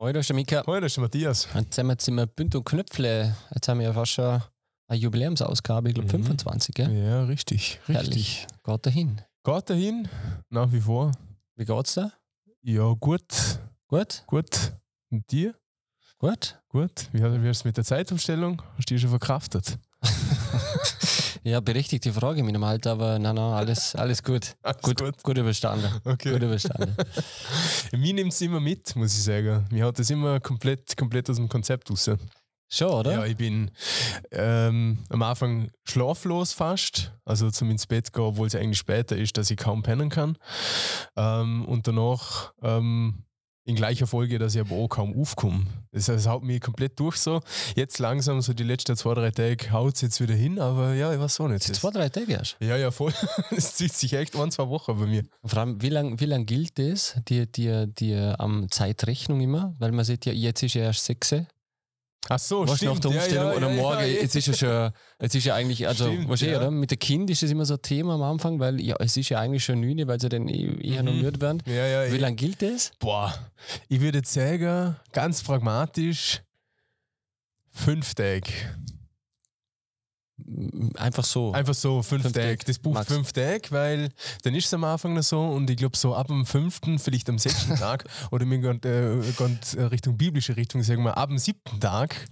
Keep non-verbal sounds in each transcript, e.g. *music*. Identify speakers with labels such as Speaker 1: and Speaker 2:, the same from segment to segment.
Speaker 1: Hallo, das ist der Mika.
Speaker 2: Hallo, das ist der Matthias.
Speaker 1: Und zusammen sind wir Bünd und Knöpfle. Jetzt haben wir ja fast schon eine Jubiläumsausgabe, ich glaube
Speaker 2: Mhm.
Speaker 1: 25, gell?
Speaker 2: Ja, richtig, richtig.
Speaker 1: Herrlich. Geht dahin.
Speaker 2: Geht dahin, nach wie vor.
Speaker 1: Wie geht's da?
Speaker 2: Ja, gut,
Speaker 1: Gut?
Speaker 2: gut. Und dir? *laughs*
Speaker 1: Gut?
Speaker 2: Gut. Wie hat wie hast du mit der Zeitumstellung? Hast du die schon verkraftet?
Speaker 1: Ja, berechtigte Frage mit dem Alter, aber nein, nein, alles, alles gut.
Speaker 2: Alles
Speaker 1: Gut, gut. überstanden.
Speaker 2: Okay.
Speaker 1: Gut überstanden.
Speaker 2: Mir nimmt es immer mit, muss ich sagen. Mir hat das immer komplett, komplett aus dem Konzept raus.
Speaker 1: Schon, oder?
Speaker 2: Ja, ich bin ähm, am Anfang schlaflos fast, also zum ins Bett gehen, obwohl es eigentlich später ist, dass ich kaum pennen kann. Ähm, und danach ähm, in gleicher Folge, dass ich aber auch kaum aufkomme. Das, das haut mich komplett durch so. Jetzt langsam, so die letzten zwei, drei Tage, haut es jetzt wieder hin, aber ja, ich weiß auch nicht.
Speaker 1: Seit
Speaker 2: Das-
Speaker 1: zwei, drei Tage erst.
Speaker 2: ja, ja, voll. *laughs* Es zieht sich echt ein, zwei Wochen bei mir.
Speaker 1: Und Vor allem, wie lange wie lang gilt das, die, die, die ähm, Zeitrechnung immer? Weil man sieht ja, jetzt ist ja erst 6.
Speaker 2: Ach so,
Speaker 1: Weißt du,
Speaker 2: Oh, stimmt.
Speaker 1: nach der
Speaker 2: Ja,
Speaker 1: Umstellung
Speaker 2: ja,
Speaker 1: oder
Speaker 2: ja,
Speaker 1: morgen,
Speaker 2: ja, eh.
Speaker 1: jetzt ist ja schon, jetzt ist ja eigentlich, also
Speaker 2: Stimmt,
Speaker 1: wahrscheinlich,
Speaker 2: ja.
Speaker 1: oder? Mit dem Kind ist das immer so ein Thema am Anfang, weil ja, es ist ja eigentlich schon 9, weil sie dann eh- eher noch
Speaker 2: Mhm.
Speaker 1: müde werden.
Speaker 2: Ja, ja, eh.
Speaker 1: Wie lange gilt das?
Speaker 2: Boah, ich würde jetzt sagen, ganz pragmatisch, fünf Tage.
Speaker 1: M- Einfach so.
Speaker 2: Einfach so fünf,
Speaker 1: Fünf
Speaker 2: Tage.
Speaker 1: Tage,
Speaker 2: Das Buch
Speaker 1: max.
Speaker 2: fünf Tage, weil dann ist es am Anfang noch so und ich glaube so ab dem fünften, vielleicht
Speaker 1: *laughs*
Speaker 2: am sechsten Tag oder mir gehen äh, gehen, äh, Richtung biblische Richtung, sagen wir ab dem siebten Tag,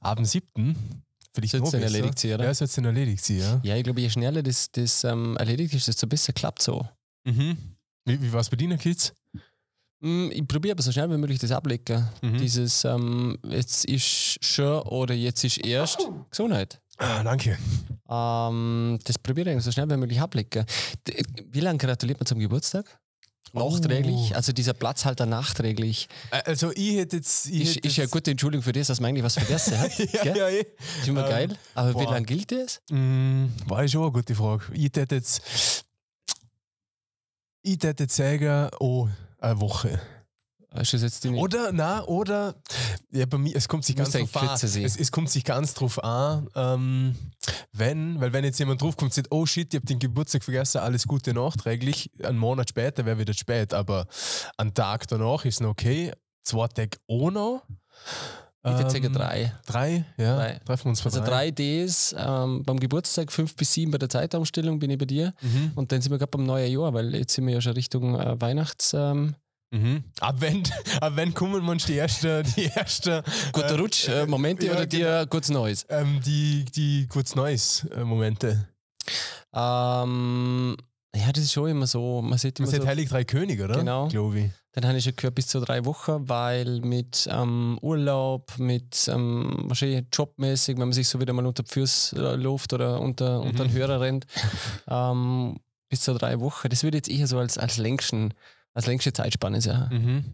Speaker 2: ab dem siebten, vielleicht
Speaker 1: Soll's
Speaker 2: noch
Speaker 1: dann
Speaker 2: besser.
Speaker 1: erledigt sein, oder?
Speaker 2: Ja, es hat dann erledigt sie, ja.
Speaker 1: Ja, ich glaube, je schneller das, das ähm, erledigt ist, desto besser klappt so.
Speaker 2: Mhm. Wie, wie war es bei dir, Kids?
Speaker 1: Mm, Ich probiere aber so schnell wie möglich das ablegen.
Speaker 2: Mhm.
Speaker 1: Dieses, ähm, jetzt ist schon oder jetzt ist erst Gesundheit.
Speaker 2: Ah, danke.
Speaker 1: Ähm, das probiere ich so schnell wie möglich ablegen. D- Wie lange gratuliert man zum Geburtstag? Nachträglich,
Speaker 2: Oh.
Speaker 1: also dieser Platzhalter nachträglich.
Speaker 2: Äh, Also ich hätte jetzt... Ich
Speaker 1: Ist,
Speaker 2: hätte
Speaker 1: ist ja eine
Speaker 2: jetzt-
Speaker 1: gute Entschuldigung für das, dass man eigentlich was vergessen hat.
Speaker 2: *laughs* ja,
Speaker 1: gell?
Speaker 2: ja, eh.
Speaker 1: Ist immer
Speaker 2: Ähm,
Speaker 1: geil. Aber wie
Speaker 2: boah.
Speaker 1: lange gilt das?
Speaker 2: Mm, war schon eine gute Frage. Ich hätte jetzt. Ich hätte jetzt sagen, oh, eine Woche. Äh,
Speaker 1: Ist das jetzt die
Speaker 2: Oder, na, oder, ja, bei mir, es kommt sich
Speaker 1: Du
Speaker 2: ganz
Speaker 1: musst
Speaker 2: drauf
Speaker 1: eigentlich
Speaker 2: an.
Speaker 1: Flitze sehen.
Speaker 2: Es, es kommt sich ganz drauf an, ähm, wenn, weil wenn jetzt jemand draufkommt und sagt, oh shit, ich habe den Geburtstag vergessen, alles Gute nachträglich, einen Monat später wäre wieder zu spät, aber einen Tag danach ist noch okay, zwei Tage ohne. Ähm,
Speaker 1: ich würde sagen drei.
Speaker 2: Drei, ja.
Speaker 1: Drei.
Speaker 2: Treffen wir uns bei
Speaker 1: Also drei Ds ähm, beim Geburtstag, fünf bis sieben bei der Zeitumstellung bin ich bei dir.
Speaker 2: Mhm.
Speaker 1: Und dann sind wir gerade beim neuen Jahr, weil jetzt sind wir ja schon Richtung äh, Weihnachts. Ähm,
Speaker 2: Mhm. Ab, wenn, *laughs* ab wenn kommen wir uns die erste, die erste,
Speaker 1: guter Rutsch, äh, Momente
Speaker 2: *laughs* ja, genau.
Speaker 1: oder dir kurz Neues?
Speaker 2: ähm, die, die kurz neues äh, Momente.
Speaker 1: Ähm, ja, das ist schon immer so. Man sieht
Speaker 2: Man
Speaker 1: immer
Speaker 2: sagt
Speaker 1: so
Speaker 2: Heilig Drei König, oder?
Speaker 1: Genau.
Speaker 2: Glaube ich.
Speaker 1: Dann habe ich schon gehört bis zu drei Wochen, weil mit ähm, Urlaub, mit ähm, wahrscheinlich jobmäßig, wenn man sich so wieder mal unter die Füße äh, läuft oder unter, unter den Hörer rennt, ähm, bis zu drei Wochen. Das würde ich jetzt eher so als, als längsten, als längste Zeitspanne sehen.
Speaker 2: Mhm.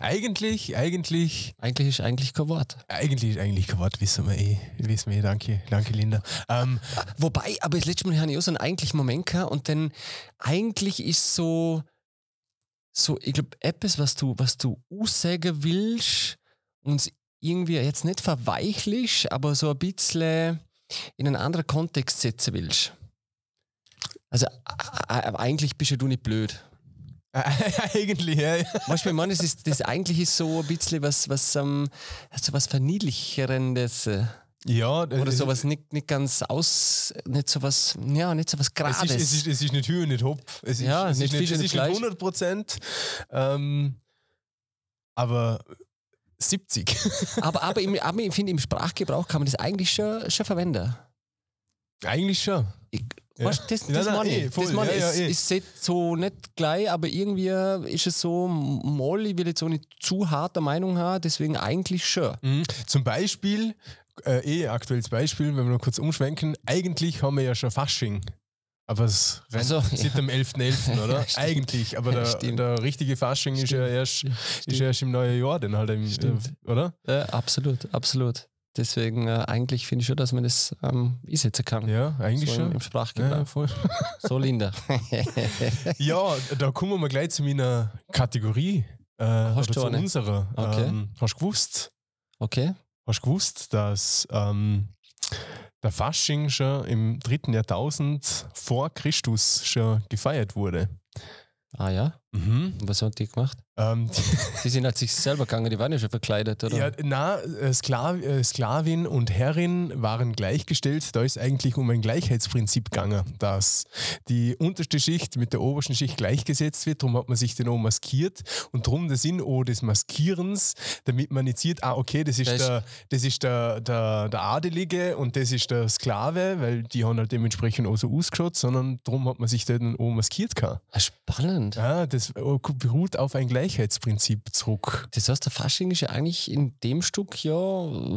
Speaker 2: Eigentlich, eigentlich,
Speaker 1: Eigentlich ist eigentlich kein Wort.
Speaker 2: eigentlich, eigentlich, Gott, wissen wir eh. Wissen wir eh, danke, danke Linda. Ähm, *laughs*
Speaker 1: Wobei, aber das letzte Mal habe ich auch so einen eigentlich Moment gehabt und dann eigentlich ist so, so ich glaube, etwas, was du, was du aussagen willst und irgendwie jetzt nicht verweichlich, aber so ein bisschen in einen anderen Kontext setzen willst. Also a- a- a- eigentlich bist ja du nicht blöd.
Speaker 2: eigentlich, ja. ja.
Speaker 1: Weißt du, ich meine, das, ist, das eigentlich ist so ein bisschen was, was, ähm, so was Verniedlicherendes. äh.
Speaker 2: ja
Speaker 1: Oder
Speaker 2: es-
Speaker 1: sowas nicht, nicht ganz aus, nicht sowas, ja, nicht sowas
Speaker 2: Es ist,
Speaker 1: Grades.
Speaker 2: es, ist, es ist nicht Hü und nicht Hop. Es ist,
Speaker 1: Ja,
Speaker 2: es
Speaker 1: nicht
Speaker 2: ist
Speaker 1: Fisch
Speaker 2: es
Speaker 1: und nicht
Speaker 2: ist
Speaker 1: Fleisch.
Speaker 2: 100 Prozent. Ähm, aber 70.
Speaker 1: aber, aber, im, aber ich finde, im Sprachgebrauch kann man das eigentlich schon, schon verwenden.
Speaker 2: *laughs* eigentlich schon.
Speaker 1: Ich,
Speaker 2: Ja.
Speaker 1: weißt, das,
Speaker 2: Nein,
Speaker 1: das
Speaker 2: nein,
Speaker 1: meine ich.
Speaker 2: eh, voll.
Speaker 1: das meine ich.
Speaker 2: Ja, ja,
Speaker 1: es,
Speaker 2: eh.
Speaker 1: es sieht so nicht gleich, aber irgendwie ist es so, moll, ich will jetzt so nicht zu hart der Meinung haben, deswegen eigentlich schon.
Speaker 2: Mhm. Zum Beispiel, äh, eh aktuelles Beispiel, wenn wir noch kurz umschwenken, eigentlich haben wir ja schon Fasching. Aber es rennt
Speaker 1: Also,
Speaker 2: seit dem 11.11.,
Speaker 1: *laughs*
Speaker 2: oder?
Speaker 1: Ja, stimmt.
Speaker 2: eigentlich. Aber der,
Speaker 1: Stimmt.
Speaker 2: der richtige Fasching ist ja, erst, ist ja erst im neuen Jahr, dann halt im,
Speaker 1: Stimmt.
Speaker 2: äh, oder?
Speaker 1: Äh, absolut, absolut. Deswegen äh, eigentlich finde ich schon, dass man das ähm, einsetzen kann.
Speaker 2: Ja, eigentlich
Speaker 1: so im, Genau.
Speaker 2: schon.
Speaker 1: im
Speaker 2: Ja, ja,
Speaker 1: Sprachgebrauch. *laughs*
Speaker 2: voll.
Speaker 1: So, Linda. *laughs*
Speaker 2: ja, da kommen wir gleich zu meiner Kategorie. Äh,
Speaker 1: Hast
Speaker 2: oder
Speaker 1: du
Speaker 2: zu
Speaker 1: eine?
Speaker 2: unserer.
Speaker 1: Okay.
Speaker 2: Ähm, hast du gewusst?
Speaker 1: Okay.
Speaker 2: Hast du gewusst, dass ähm, der Fasching schon im dritten Jahrtausend vor Christus schon gefeiert wurde?
Speaker 1: Ah ja.
Speaker 2: Mhm.
Speaker 1: Und was haben die gemacht?
Speaker 2: Ähm,
Speaker 1: Die sind halt sich selber gegangen, die waren ja schon verkleidet, oder?
Speaker 2: ja, na, äh, Skla- äh, Sklavin und Herrin waren gleichgestellt. Da ist eigentlich um ein Gleichheitsprinzip gegangen, dass die unterste Schicht mit der obersten Schicht gleichgesetzt wird. Darum hat man sich den auch maskiert und darum der Sinn auch des Maskierens, damit man nicht sieht, ah, okay, das ist,
Speaker 1: Das ist-
Speaker 2: der, das ist der, der, der Adelige und das ist der Sklave, weil die haben halt dementsprechend auch so ausgeschaut, sondern darum hat man sich dann auch maskiert. Gehabt.
Speaker 1: Ah, Spannend.
Speaker 2: Ja, das äh, beruht auf ein Gleichheitsprinzip zurück.
Speaker 1: Das heißt, der Fasching ist ja eigentlich in dem Stück ja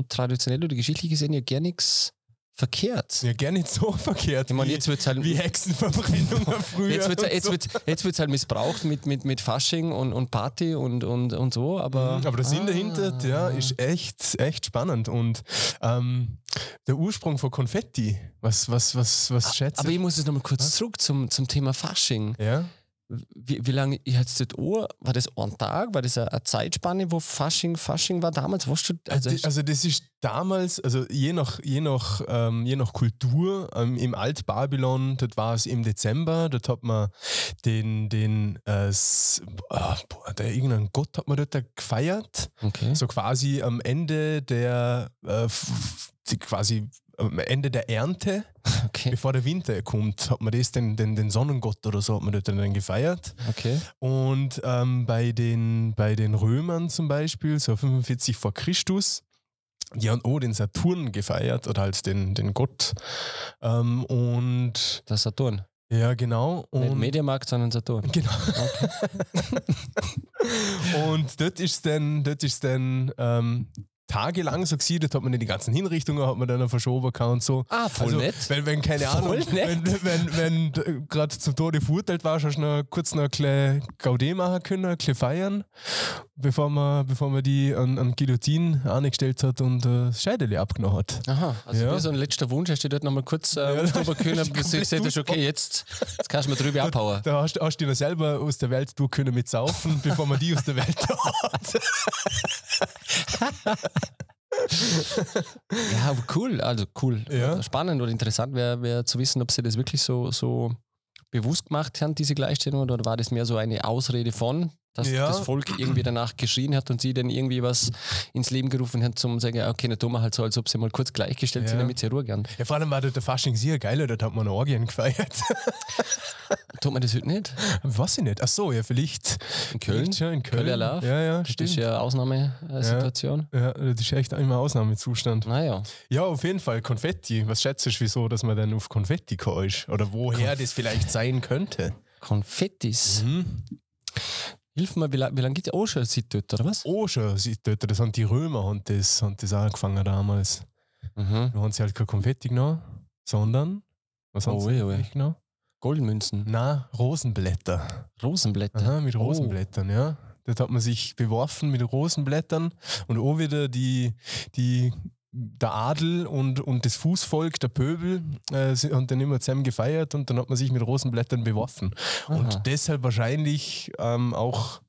Speaker 1: traditionell oder geschichtlich gesehen ja gar nichts verkehrt.
Speaker 2: Ja, gar nicht so *laughs* verkehrt.
Speaker 1: Ich meine,
Speaker 2: wie-
Speaker 1: jetzt wird es halt.
Speaker 2: wie Hexenverbrennung früher.
Speaker 1: Jetzt wird
Speaker 2: und
Speaker 1: jetzt
Speaker 2: so.
Speaker 1: wird's, jetzt wird's halt missbraucht mit, mit, mit Fasching und, und Party und, und, und so, aber.
Speaker 2: Mhm, Aber der Sinn
Speaker 1: Ah.
Speaker 2: dahinter, ja, ist echt, echt spannend. Und ähm, der Ursprung von Konfetti, was, was, was, was schätzt
Speaker 1: Ah, Aber ich muss jetzt nochmal kurz zurück zum, zum Thema Fasching.
Speaker 2: Ja,
Speaker 1: Wie, wie lange hat es das Uhr? War das ein Tag? War das eine, eine Zeitspanne, wo Fasching Fasching war damals? Weißt du, also,
Speaker 2: also, also das ist damals, also je nach, je nach, ähm, je nach Kultur, ähm, im Altbabylon, dort war es im Dezember, dort hat man den, den, äh, s- ah, boah, der irgendein Gott hat man dort da gefeiert.
Speaker 1: okay.
Speaker 2: So quasi am Ende der äh, f- f- die- quasi am Ende der Ernte,
Speaker 1: okay,
Speaker 2: bevor der Winter kommt, hat man das, den, den, den Sonnengott oder so, hat man dort dann gefeiert.
Speaker 1: okay.
Speaker 2: Und ähm, bei, den, bei den Römern zum Beispiel, so 45 vor Christus, die haben auch den Saturn gefeiert oder halt den, den Gott. Ähm, und
Speaker 1: Der Saturn.
Speaker 2: ja, genau.
Speaker 1: Nicht
Speaker 2: Und,
Speaker 1: Mediamarkt, sondern Saturn.
Speaker 2: Genau.
Speaker 1: Okay.
Speaker 2: Und dort ist dann, dort ist dann ähm, tagelang so gewesen, dort hat man dann die ganzen Hinrichtungen, hat man dann verschoben gehabt und so.
Speaker 1: Ah, voll
Speaker 2: also,
Speaker 1: nett.
Speaker 2: Wenn, wenn, keine Ahnung,
Speaker 1: Voll
Speaker 2: wenn, wenn, wenn, wenn d- gerade zum Tode verurteilt warst, hast du noch kurz noch ein kleines Gaudé machen können, ein kleines Feiern, bevor man, bevor man die an, an Guillotine angestellt hat und äh, das Scheidele abgenommen hat.
Speaker 1: Aha, also
Speaker 2: Ja.
Speaker 1: wie so ein letzter Wunsch, hast du dort nochmal kurz äh, ja, drüber
Speaker 2: *laughs*
Speaker 1: können, bis du
Speaker 2: komplett
Speaker 1: gesagt hast, okay, jetzt, jetzt kannst du mir drüber
Speaker 2: *laughs*
Speaker 1: abhauen.
Speaker 2: Da hast, hast du dich noch selber aus der Welt tun können mit *laughs* Saufen, bevor man die aus der Welt hat.
Speaker 1: Ja, aber cool, also cool.
Speaker 2: Ja.
Speaker 1: Spannend oder interessant wäre wär zu wissen, ob sie das wirklich so, so bewusst gemacht haben, diese Gleichstellung, oder war das mehr so eine Ausrede von, dass
Speaker 2: Ja.
Speaker 1: das Volk irgendwie danach geschrien hat und sie dann irgendwie was ins Leben gerufen haben, zum sagen, okay, na tun wir halt so, als ob sie mal kurz gleichgestellt sind,
Speaker 2: Ja.
Speaker 1: damit sie Ruhe gern.
Speaker 2: Ja, vor allem war dort der Fasching sehr geil, dort hat man Orgien gefeiert.
Speaker 1: Tut man das heute nicht?
Speaker 2: *laughs* Weiß ich nicht. Ach so, ja, vielleicht.
Speaker 1: In Köln?
Speaker 2: Vielleicht, Ja, in Köln.
Speaker 1: Kölner Lauf?
Speaker 2: Ja, ja,
Speaker 1: Das ist
Speaker 2: stimmt. Ja.
Speaker 1: ja eine Ausnahmesituation.
Speaker 2: das ist echt immer Ausnahmezustand.
Speaker 1: Naja.
Speaker 2: Ja, auf jeden Fall Konfetti. Was schätzt du, wieso, dass man dann auf Konfetti gekommen ist? Oder woher das vielleicht sein könnte?
Speaker 1: Konfettis.
Speaker 2: Mhm.
Speaker 1: Hilf mir, wie lange Oh, wie lang geht die Ocean City dort, oder was?
Speaker 2: Oh, schon, sieht dort, das haben die Römer haben das, haben das angefangen damals.
Speaker 1: Mhm.
Speaker 2: Da haben sie halt kein Konfetti genommen, sondern, was haben sie
Speaker 1: Ui, ui.
Speaker 2: nicht genommen?
Speaker 1: Goldmünzen,
Speaker 2: Na, Rosenblätter.
Speaker 1: Rosenblätter.
Speaker 2: Aha, mit
Speaker 1: Oh.
Speaker 2: Rosenblättern, ja. Dort hat man sich beworfen mit Rosenblättern und auch wieder die, die, der Adel und, und das Fußvolk, der Pöbel, äh, sie- haben dann immer zusammen gefeiert und dann hat man sich mit Rosenblättern beworfen.
Speaker 1: Aha.
Speaker 2: Und deshalb wahrscheinlich ähm, auch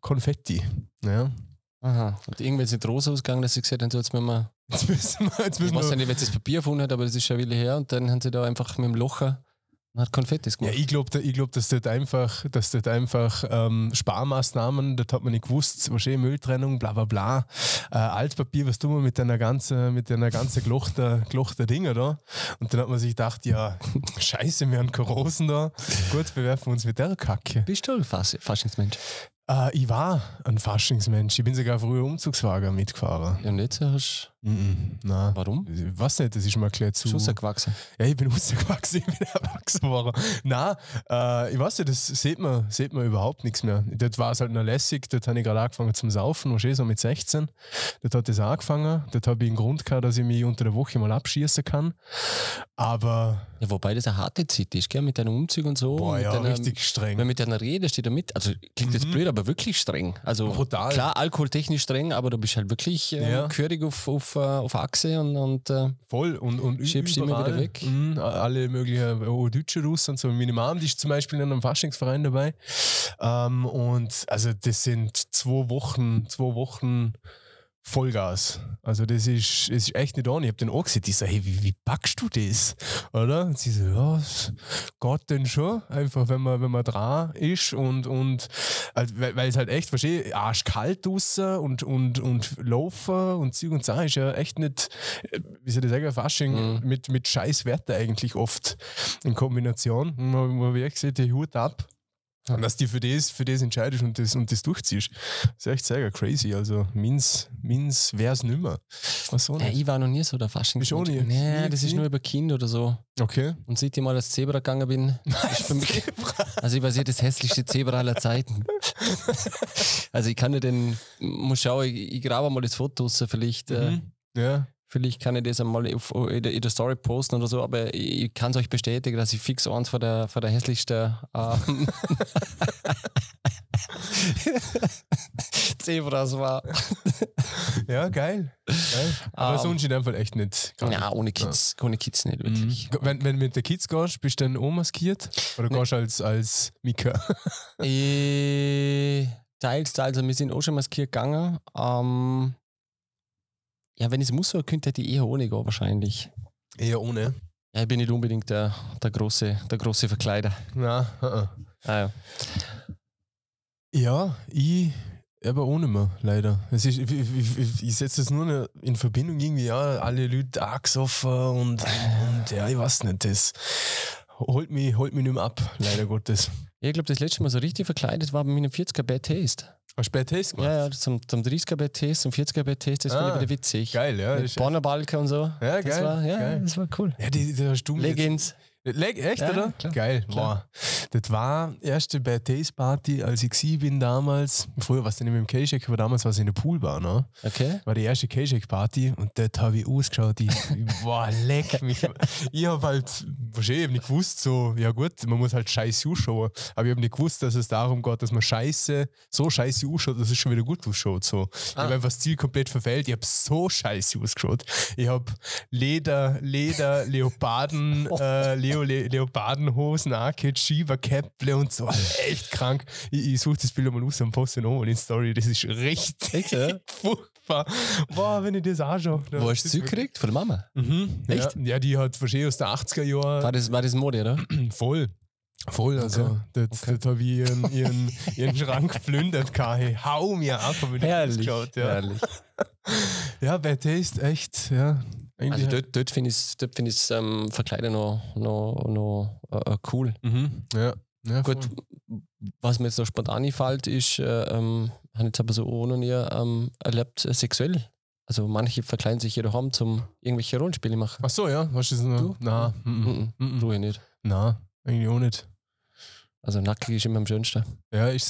Speaker 2: Konfetti. Ja.
Speaker 1: Aha. Und irgendwann sind rosa ausgegangen, dass sie gesagt haben, so, jetzt müssen wir,
Speaker 2: Jetzt müssen wir, jetzt
Speaker 1: ich
Speaker 2: müssen
Speaker 1: weiß ja
Speaker 2: wir
Speaker 1: nicht, wer das Papier erfunden hat, aber das ist schon wieder her. Und dann haben sie da einfach mit dem Locher und hat Konfettis
Speaker 2: ja,
Speaker 1: gemacht.
Speaker 2: ich glaube, ich glaub, dass dort einfach, dass dort einfach ähm, Sparmaßnahmen, dort hat man nicht gewusst, wahrscheinlich Mülltrennung, bla bla bla. Äh, Altpapier, was tun wir mit einer ganzen, mit einer ganzen gelochter, gelochter Dinger da? Und dann hat man sich gedacht, ja, *laughs* scheiße, wir haben keine Rosen da. Gut, wir werfen uns mit der Kacke.
Speaker 1: Bist du ein Fas Faschingsmensch?
Speaker 2: Äh, ich war ein Faschingsmensch. Ich bin sogar früher Umzugswagen mitgefahren.
Speaker 1: Ja, und jetzt hast
Speaker 2: Mhm, nein.
Speaker 1: Warum?
Speaker 2: Ich weiß nicht, das ist mir erklärt zu.
Speaker 1: du Schuss gewachsen.
Speaker 2: Ja, ich bin *laughs* rausgewachsen, ich bin erwachsen geworden. Nein, äh, ich weiß nicht, das sieht man, sieht man überhaupt nichts mehr. Dort war es halt noch lässig, dort habe ich gerade angefangen zum Saufen, wahrscheinlich so mit 16. Dort hat das angefangen, dort habe ich einen Grund gehabt, dass ich mich unter der Woche mal abschießen kann. Aber,
Speaker 1: Ja, wobei das eine harte Zeit ist, gell? Mit deinem Umzug und so.
Speaker 2: boah,
Speaker 1: Oh, mit
Speaker 2: ja,
Speaker 1: deiner,
Speaker 2: richtig
Speaker 1: Wenn man
Speaker 2: streng.
Speaker 1: mit deiner redest, steht da mit. Also klingt jetzt
Speaker 2: Mhm.
Speaker 1: blöd, aber wirklich streng. Also
Speaker 2: Brutal.
Speaker 1: Klar, alkoholtechnisch streng, aber du bist halt wirklich äh,
Speaker 2: Ja.
Speaker 1: gehörig auf, auf, äh, auf Achse und, und äh,
Speaker 2: Voll und, und ü-
Speaker 1: Schiebst immer
Speaker 2: überall.
Speaker 1: wieder weg.
Speaker 2: Mhm, alle möglichen auch Deutsche Russen und so. Meine Mom, die ist zum Beispiel in einem Faschingsverein dabei. Ähm, und also das sind zwei Wochen, zwei Wochen Vollgas. Also das ist, das ist echt nicht an. Ich habe den auch gesehen, ich so, hey, wie, wie packst du das? Oder? Und sie so, ja, es geht denn schon. Einfach, wenn man, wenn man dran ist und, und also, weil, weil es halt echt, verstehe arschkalt draussen und, und, und laufen und Zeug und Sachen ist ja echt nicht, wie soll ich sagen, Fasching
Speaker 1: Mhm.
Speaker 2: mit, mit scheiß Werte eigentlich oft in Kombination. Und man, man wirklich sieht, die Hut ab. Und dass die für das, für das entscheidest und das, und das durchziehst. Das ist echt sehr crazy. Also, meins, meins wär's nimmer. Was so
Speaker 1: Ja,
Speaker 2: nicht.
Speaker 1: ich war noch nie so der Fasching.
Speaker 2: Bist du auch nie?
Speaker 1: Nee,
Speaker 2: Nie
Speaker 1: das ist
Speaker 2: gesehen?
Speaker 1: nur über Kind oder so.
Speaker 2: Okay.
Speaker 1: Und seit ich mal als Zebra gegangen
Speaker 2: *laughs*
Speaker 1: bin, ist für mich, also ich war sehr das hässlichste Zebra aller
Speaker 2: *laughs*
Speaker 1: Zeiten. also ich kann dir den, muss schauen, ich, ich grabe mal das Foto raus, vielleicht, äh,
Speaker 2: Mhm. Ja.
Speaker 1: vielleicht kann ich das einmal auf, in, der, in der Story posten oder so, aber ich, ich kann es euch bestätigen, dass ich fix eins von der, von der hässlichsten
Speaker 2: *laughs*
Speaker 1: ähm, *laughs* Zebras war.
Speaker 2: ja, geil. geil. Aber
Speaker 1: Ähm,
Speaker 2: sonst in dem Fall echt nicht. Gar
Speaker 1: Ja, ohne Kids, ohne Kids nicht
Speaker 2: nicht.
Speaker 1: wirklich.
Speaker 2: Mhm. Wenn, wenn du mit den Kids gehst, bist du dann auch maskiert? Oder
Speaker 1: Nee.
Speaker 2: gehst du als, als Mika?
Speaker 1: Äh, teils, teils. Also wir sind auch schon maskiert gegangen. Ähm, ja, wenn ich es muss, so könnte hätte ich eher ohne gehen wahrscheinlich.
Speaker 2: Eher ohne.
Speaker 1: Ja, ich bin nicht unbedingt der, der, große, der große Verkleider.
Speaker 2: Na, äh, äh.
Speaker 1: Ah, ja.
Speaker 2: Ja, ich aber ohne mehr, leider. Es ist, ich ich, ich, ich setze das nur ne- in Verbindung irgendwie, ja, alle Leute angesoffen und, und ja, ich weiß nicht, das holt mich, holt mich nicht mehr ab, leider Gottes.
Speaker 1: Ich glaube, das letzte Mal so richtig verkleidet war bei meinem 40er Bad Taste.
Speaker 2: Hast du Bad-Taste gemacht?
Speaker 1: Ja, ja, zum, zum 30er Bad Taste, zum 40er Bad Taste, das
Speaker 2: Ah,
Speaker 1: fand ich wieder witzig.
Speaker 2: Geil, ja.
Speaker 1: Mit
Speaker 2: das ist-
Speaker 1: Bonner Balken und so.
Speaker 2: Ja,
Speaker 1: das
Speaker 2: geil,
Speaker 1: War, ja,
Speaker 2: geil.
Speaker 1: das war cool.
Speaker 2: ja, die, die hast du mir jetzt-
Speaker 1: Leggings.
Speaker 2: Leg, echt,
Speaker 1: Ja,
Speaker 2: oder?
Speaker 1: klar,
Speaker 2: Geil,
Speaker 1: klar.
Speaker 2: wow. Das war erste Bad Taste Party, als ich gsi bin damals. Früher war es nicht mehr im K-Shack, aber damals war es in der Poolbar, ne?
Speaker 1: Okay.
Speaker 2: war die erste K-Shake-Party und dort habe ich ausgeschaut, ich, boah, leck mich. Ich habe halt, wahrscheinlich ich hab nicht gewusst, so, ja gut, man muss halt scheiße ausschauen, aber ich habe nicht gewusst, dass es darum geht, dass man scheiße, so scheiße ausschaut, dass es schon wieder gut ausschaut. So. Ich
Speaker 1: Ah.
Speaker 2: habe einfach das Ziel komplett verfehlt, ich habe so scheiße ausgeschaut. Ich habe Leder,
Speaker 1: *laughs*
Speaker 2: Leder, Leoparden, äh, Leo, Le Leopardenhosen, Arcade, Schieber, Käpple und so, echt krank. Ich, ich suche das Bild mal aus und poste nochmal in die Story, das ist richtig
Speaker 1: Echt, ja?
Speaker 2: furchtbar. Boah, wenn ich das anschaue.
Speaker 1: Wo hast du es gekriegt? Von der Mama.
Speaker 2: Mhm.
Speaker 1: Echt?
Speaker 2: Ja, ja, die hat wahrscheinlich aus den 80er Jahren
Speaker 1: War das, war das Mode, oder?
Speaker 2: voll. Voll, also
Speaker 1: Okay.
Speaker 2: das, das habe ich ihren, ihren, ihren Schrank plündert, Kai. Hau mir ab, hab ich das geschaut, ja.
Speaker 1: herrlich.
Speaker 2: ja, bei Taste echt, ja.
Speaker 1: Also
Speaker 2: Eigentlich-
Speaker 1: dort, dort finde ich es find ähm, Verkleiden noch, noch, noch äh, äh, cool.
Speaker 2: mhm. ja. ja
Speaker 1: Gut,
Speaker 2: voll.
Speaker 1: was mir jetzt noch spontan einfällt, ist, äh, ähm, habe jetzt aber so auch noch nie ähm, erlebt, äh, sexuell. Also manche verkleiden sich hier daheim zum irgendwelche Rollenspiele machen.
Speaker 2: Ach so, ja, hast du das
Speaker 1: Du?
Speaker 2: noch? Na, mhm.
Speaker 1: Mhm.
Speaker 2: Mhm.
Speaker 1: Ruhe nicht.
Speaker 2: na, eigentlich auch nicht.
Speaker 1: Also nackig ist immer am schönsten.
Speaker 2: Ja, ich.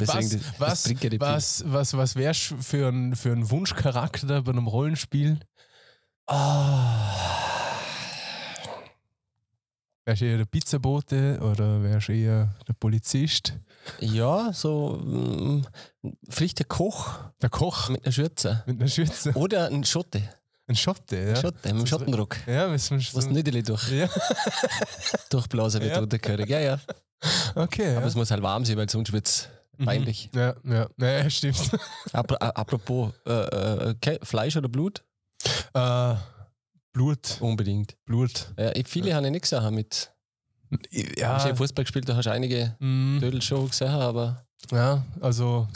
Speaker 1: Deswegen, das- das
Speaker 2: was,
Speaker 1: bringt ja nicht viel.
Speaker 2: was, was, was wärst du für ein, für ein Wunschcharakter bei einem Rollenspiel?
Speaker 1: Ah.
Speaker 2: Wärst du eher der Pizzabote oder wärst du eher der Polizist?
Speaker 1: Ja, so mm, vielleicht der Koch
Speaker 2: Der Koch
Speaker 1: mit einer Schürze.
Speaker 2: mit einer Schürze.
Speaker 1: Oder ein Schotte.
Speaker 2: Ein Schotte, ja.
Speaker 1: Schotte, mit einem
Speaker 2: Das-
Speaker 1: Schottendruck.
Speaker 2: Ja, müssen wir schon.
Speaker 1: Was ein Nüdeli durch,
Speaker 2: Ja,
Speaker 1: durchblasen wird
Speaker 2: Hm. Ja.
Speaker 1: unter König. Ja, ja.
Speaker 2: okay.
Speaker 1: Aber
Speaker 2: Ja. Mhm.
Speaker 1: es muss halt warm sein, weil sonst wird es peinlich.
Speaker 2: Ja, ja, ja, ja stimmt.
Speaker 1: Apro- a- Apropos, äh, äh, okay, Fleisch oder Blut?
Speaker 2: äh, Blut,
Speaker 1: Unbedingt.
Speaker 2: Blut.
Speaker 1: Ja, ich, viele haben ja nichts gesehen mit. Hast du ja
Speaker 2: Ja,
Speaker 1: Fußball gespielt, da hast du einige
Speaker 2: mm,
Speaker 1: Dödel schon gesehen, aber
Speaker 2: ja also,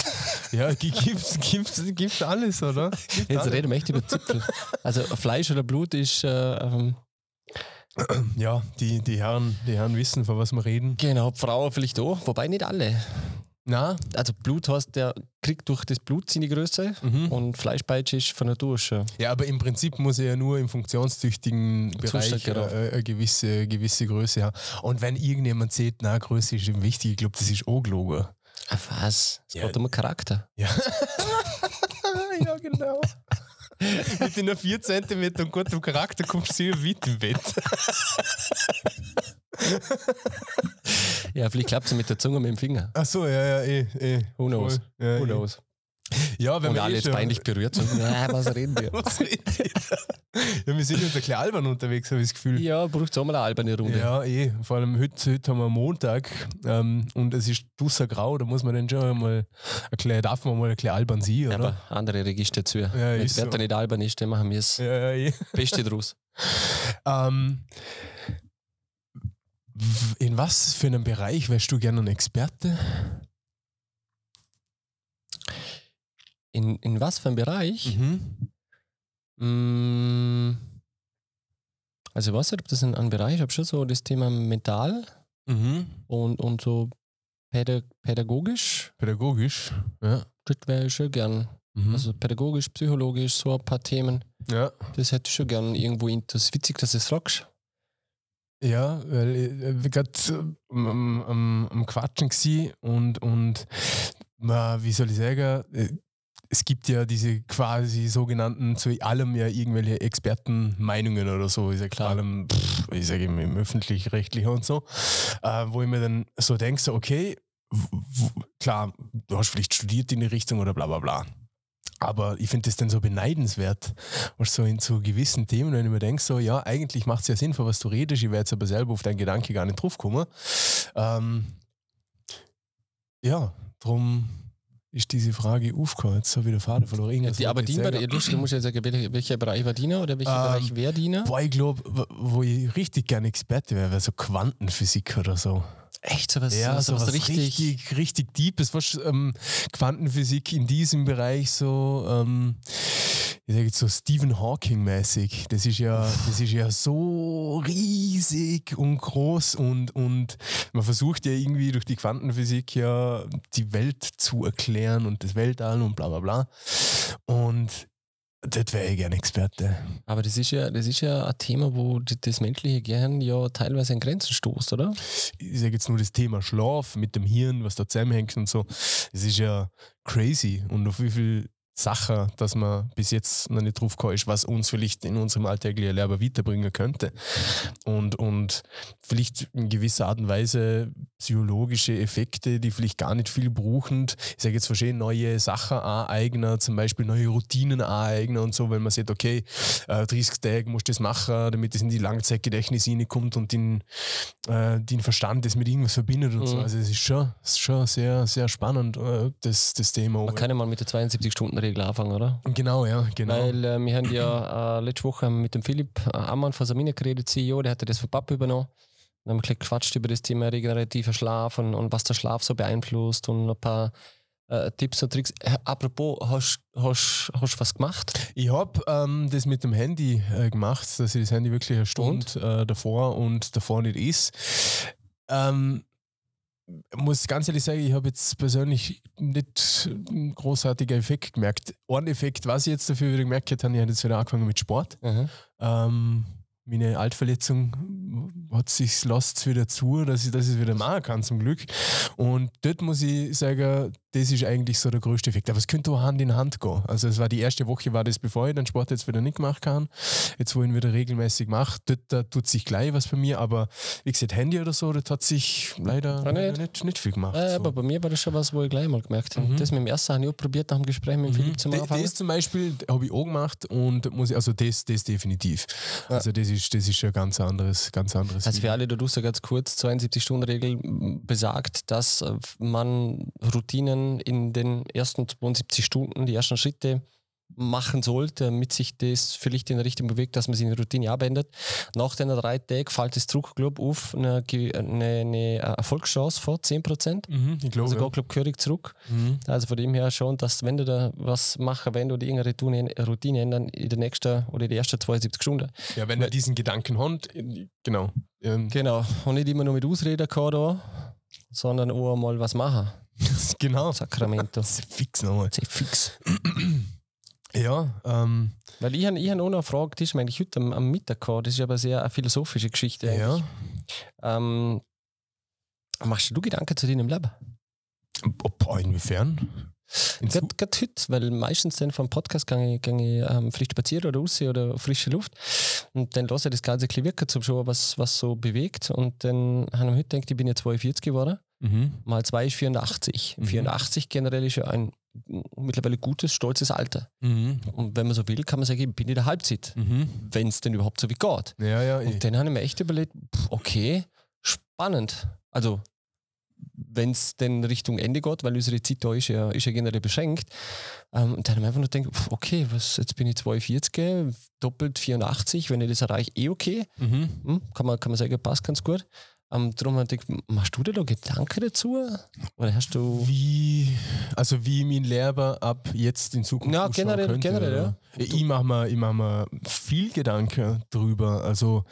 Speaker 2: ja, gi- gibt's, gibt's, gibt's alles, oder? Gibt's
Speaker 1: jetzt
Speaker 2: alles.
Speaker 1: reden wir echt über Zipfel. Also Fleisch oder Blut ist, äh, ähm,
Speaker 2: Ja, die, die, Herren, die Herren wissen, von was wir reden.
Speaker 1: genau, Frauen vielleicht auch, wobei nicht alle.
Speaker 2: Na,
Speaker 1: Also Blut hast, der kriegt durch das Blut seine Größe
Speaker 2: mhm.
Speaker 1: und Fleischpeitsche ist von Natur schon.
Speaker 2: Ja, aber im Prinzip muss er ja nur im funktionstüchtigen Bereich
Speaker 1: Zustand,
Speaker 2: äh,
Speaker 1: genau.
Speaker 2: äh, eine gewisse, gewisse Größe haben. Und wenn irgendjemand sieht, na, Größe ist ihm wichtig, ich glaube, das ist auch gelogen.
Speaker 1: Ah, was? Es
Speaker 2: Ja.
Speaker 1: braucht immer Charakter.
Speaker 2: Ja. *laughs* ja, genau. Mit den 4 cm und gutem Charakter kommst du sehr weit im Bett.
Speaker 1: Ja, vielleicht klappt es mit der Zunge, mit dem Finger.
Speaker 2: Ach so, ja, ja, eh, eh.
Speaker 1: Who knows?
Speaker 2: Voll. Ja,
Speaker 1: Who
Speaker 2: eh.
Speaker 1: knows?
Speaker 2: Ja, wenn
Speaker 1: und
Speaker 2: wir
Speaker 1: alle
Speaker 2: eh
Speaker 1: jetzt
Speaker 2: schon-
Speaker 1: peinlich berührt sind. Nein, was reden wir?
Speaker 2: *laughs* Was redet ihr? ja, wir sind jetzt ein bisschen albern unterwegs, habe ich das Gefühl.
Speaker 1: Ja, braucht es auch mal eine alberne Runde.
Speaker 2: Ja, eh. Vor allem heute, heute haben wir Montag ähm, und es ist dusser grau, da muss man dann schon mal erklären, darf man mal ein bisschen albern sein, oder?
Speaker 1: Aber andere Register zu. Wenn
Speaker 2: ist
Speaker 1: es Wörter
Speaker 2: so.
Speaker 1: nicht albern ist, dann machen wir das
Speaker 2: ja, ja, eh.
Speaker 1: Beste draus.
Speaker 2: Ähm, w- in was für einem Bereich wärst du gerne ein Experte?
Speaker 1: In, in was für einem Bereich?
Speaker 2: Mhm.
Speaker 1: Mm, Also ich weiß nicht, ob das ein, ein Bereich ist. Ich habe schon so das Thema mental
Speaker 2: Mhm.
Speaker 1: und, und so päda- pädagogisch.
Speaker 2: Pädagogisch. Ja.
Speaker 1: Das wäre ich schon gern.
Speaker 2: Mhm.
Speaker 1: Also pädagogisch, psychologisch, so ein paar Themen.
Speaker 2: ja.
Speaker 1: Das hätte ich schon gern irgendwo. In, das ist witzig, dass du es fragst.
Speaker 2: Ja, weil äh, wir gerade am, am, ähm, am Quatschen gsi und, und na, wie soll ich sagen, äh, es gibt ja diese quasi sogenannten, zu allem ja irgendwelche Expertenmeinungen oder so, ist ja klar,
Speaker 1: Klar.
Speaker 2: allem, pff, ich sage im, im öffentlich-rechtlichen und so, äh, wo ich mir dann so denke, so, okay, w- w- klar, du hast vielleicht studiert in die Richtung oder bla bla bla. Aber ich finde das dann so beneidenswert, was so in so gewissen Themen, wenn ich mir denke, so, ja, eigentlich macht es ja Sinn, von was du redest, ich werde jetzt aber selber auf deinen Gedanke gar nicht draufkommen. Ähm, ja, drum ist diese Frage aufgekommen. Jetzt habe ich den Faden verloren.
Speaker 1: Ja,
Speaker 2: Irgendwas
Speaker 1: die, aber
Speaker 2: wollte ich
Speaker 1: die war *clears throat*
Speaker 2: jetzt sagen.
Speaker 1: der Lust, du musst ja sagen, welcher, welcher Bereich war Diener oder welcher
Speaker 2: Ähm,
Speaker 1: Bereich wäre Diener?
Speaker 2: Boah, ich glaube, wo ich richtig gerne Experte wäre, wäre so Quantenphysik oder so.
Speaker 1: Echt, sowas,
Speaker 2: Ja,
Speaker 1: sowas,
Speaker 2: so
Speaker 1: sowas
Speaker 2: was
Speaker 1: richtig,
Speaker 2: richtig, richtig deepes, was ähm, Quantenphysik in diesem Bereich so, ähm, ich sage jetzt so Stephen Hawking-mäßig. Das ist ja, das ist ja so riesig und groß und, und man versucht ja irgendwie durch die Quantenphysik ja die Welt zu erklären und das Weltall und bla bla bla. Und das wäre ich gerne Experte.
Speaker 1: Aber das ist ja, das ist ja ein Thema, wo d- das menschliche Gehirn ja teilweise an Grenzen stoßt, oder?
Speaker 2: ich sage jetzt nur das Thema Schlaf mit dem Hirn, was da zusammenhängt und so. Es ist ja crazy und auf wie viel Sachen, dass man bis jetzt noch nicht drauf gekommen ist, was uns vielleicht in unserem alltäglichen Leben weiterbringen könnte. Und, und vielleicht in gewisser Art und Weise psychologische Effekte, die vielleicht gar nicht viel brauchen. Ich sage jetzt verschiedene neue Sachen aneignen, zum Beispiel neue Routinen aneignen und so, weil man sieht, okay, äh, 30 Tage musst du das machen, damit es in die Langzeitgedächtnis reinkommt und in äh, den Verstand das mit irgendwas verbindet und so.
Speaker 1: Mhm.
Speaker 2: Also es ist schon, es ist schon sehr, sehr spannend, äh, das, das Thema.
Speaker 1: Man kann ja mal mit der 72-Stunden-Regel anfangen, oder?
Speaker 2: genau, ja, genau.
Speaker 1: Weil äh, wir haben *clears throat* ja äh, letzte Woche mit dem Philipp äh, Ammann von Samina geredet, CEO, der hatte das von Papa übernommen. Dann haben wir gleich gequatscht über das Thema regenerativer Schlaf und, und was der Schlaf so beeinflusst und ein paar äh, Tipps und Tricks. Äh, apropos, hast du hast, hast du was gemacht?
Speaker 2: ich habe ähm, das mit dem Handy äh, gemacht, dass ich das Handy wirklich eine Stunde äh, davor und davor nicht ist. Ähm, muss ganz ehrlich sagen, ich habe jetzt persönlich nicht einen großartigen Effekt gemerkt. Einen Effekt, was ich jetzt dafür wieder gemerkt habe, ich habe jetzt wieder angefangen mit Sport. Ähm, meine Altverletzung hat sich lasst wieder zu, dass ich, dass ich es wieder machen kann zum Glück. Und dort muss ich sagen, das ist eigentlich so der größte Effekt. Aber es könnte auch Hand in Hand gehen. Also es war die erste Woche, war das, bevor ich den Sport jetzt wieder nicht gemacht kann. Jetzt, wo ich ihn wieder regelmäßig mache, dort da tut sich gleich was bei mir. Aber wie gesagt, Handy oder so, das hat sich leider,
Speaker 1: Ah,
Speaker 2: leider
Speaker 1: nicht.
Speaker 2: nicht, nicht viel gemacht.
Speaker 1: Äh,
Speaker 2: so.
Speaker 1: aber bei mir war das schon was, wo ich gleich mal gemerkt habe.
Speaker 2: Mhm.
Speaker 1: Das mit dem ersten habe ich auch probiert nach dem Gespräch mit dem Philipp zum
Speaker 2: D-
Speaker 1: Anfangen.
Speaker 2: Das zum Beispiel habe ich auch gemacht und muss ich, also das, das definitiv.
Speaker 1: Ja.
Speaker 2: Also das ist, das ist schon ein ganz anderes, ganz anderes.
Speaker 1: Also
Speaker 2: Video.
Speaker 1: für alle da draußen ganz kurz, 72-Stunden-Regel m, besagt, dass äh, man Routinen in den ersten 72 Stunden, die ersten Schritte machen sollte, damit sich das vielleicht in der Richtung bewegt, dass man sich in die Routine abändert. Nach den drei Tagen fällt das Druckclub auf eine, ge- eine, eine Erfolgschance von 10%.
Speaker 2: Mhm, ich glaube.
Speaker 1: Also gar Club König zurück.
Speaker 2: ja. mhm.
Speaker 1: Also von dem her schon, dass wenn du da was machen, wenn du die irgendeine Routine- Routine ändern in der nächsten oder die ersten 72 Stunden,
Speaker 2: ja, wenn er diesen Gedanken hat, äh, genau. Ähm,
Speaker 1: Genau, und nicht immer nur mit Ausreden kommen da, sondern auch mal was machen.
Speaker 2: *laughs* genau.
Speaker 1: Sacramento.
Speaker 2: Das ist Fix nochmal.
Speaker 1: Sehr fix.
Speaker 2: Ja, ähm,
Speaker 1: Weil ich, han- ich habe auch noch eine Frage, die ist mir eigentlich heute am, am Mittag gehabt. Das ist aber sehr eine philosophische Geschichte.
Speaker 2: ja.
Speaker 1: eigentlich. Ähm, machst du Gedanken zu deinem Leben?
Speaker 2: Ob, inwiefern? In Zu-
Speaker 1: Gerade gerade heute, weil meistens dann vom Podcast gehe ich, gehe ich ähm, frisch spazieren oder raus oder frische Luft. Und dann lasse ich das Ganze ein bisschen wirken, zum Schauen, was, was so bewegt. Und dann habe ich mir heute gedacht, ich bin ja 42 geworden.
Speaker 2: Mhm.
Speaker 1: mal 2 ist 84.
Speaker 2: Mhm.
Speaker 1: 84 generell ist ja ein mittlerweile gutes, stolzes Alter.
Speaker 2: Mhm.
Speaker 1: Und wenn man so will, kann man sagen, ich bin in der Halbzeit,
Speaker 2: Mhm.
Speaker 1: wenn es denn überhaupt so wie geht.
Speaker 2: Ja, ja.
Speaker 1: Und
Speaker 2: Ich,
Speaker 1: dann habe ich mir echt überlegt, pff, okay, spannend. Also, wenn es denn Richtung Ende geht, weil unsere Zeit da ist ja, ist ja generell beschränkt. Ähm, und dann habe ich einfach nur gedacht, pff, okay, was, jetzt bin ich 42, doppelt 84, wenn ich das erreiche, eh okay.
Speaker 2: mhm.
Speaker 1: Hm, kann, man, kann man sagen, passt ganz gut. Ähm, darum habe ich gedacht, machst du dir da Gedanken dazu? Oder hast du...
Speaker 2: Wie, also wie mein Lehrer ab jetzt in Zukunft
Speaker 1: Ja,
Speaker 2: ausschauen
Speaker 1: generell-
Speaker 2: könnte,
Speaker 1: generell,
Speaker 2: oder? Ich mache mir, ich mach mir viel Gedanken drüber. Also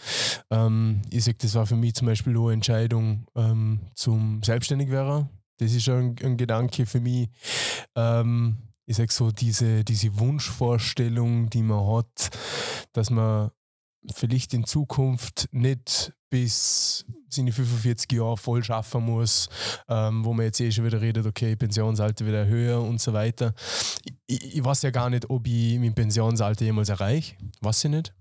Speaker 2: ähm, ich sag, das war für mich zum Beispiel eine Entscheidung ähm, zum Selbstständigwerden. Das ist ein, ein Gedanke für mich. Ähm, ich sag so, diese, diese Wunschvorstellung, die man hat, dass man vielleicht in Zukunft nicht bis seine 45 Jahre voll schaffen muss, ähm, wo man jetzt eh schon wieder redet, okay, Pensionsalter wieder höher und so weiter. Ich, ich weiß ja gar nicht, ob ich mein Pensionsalter jemals erreiche. Weiß ich nicht.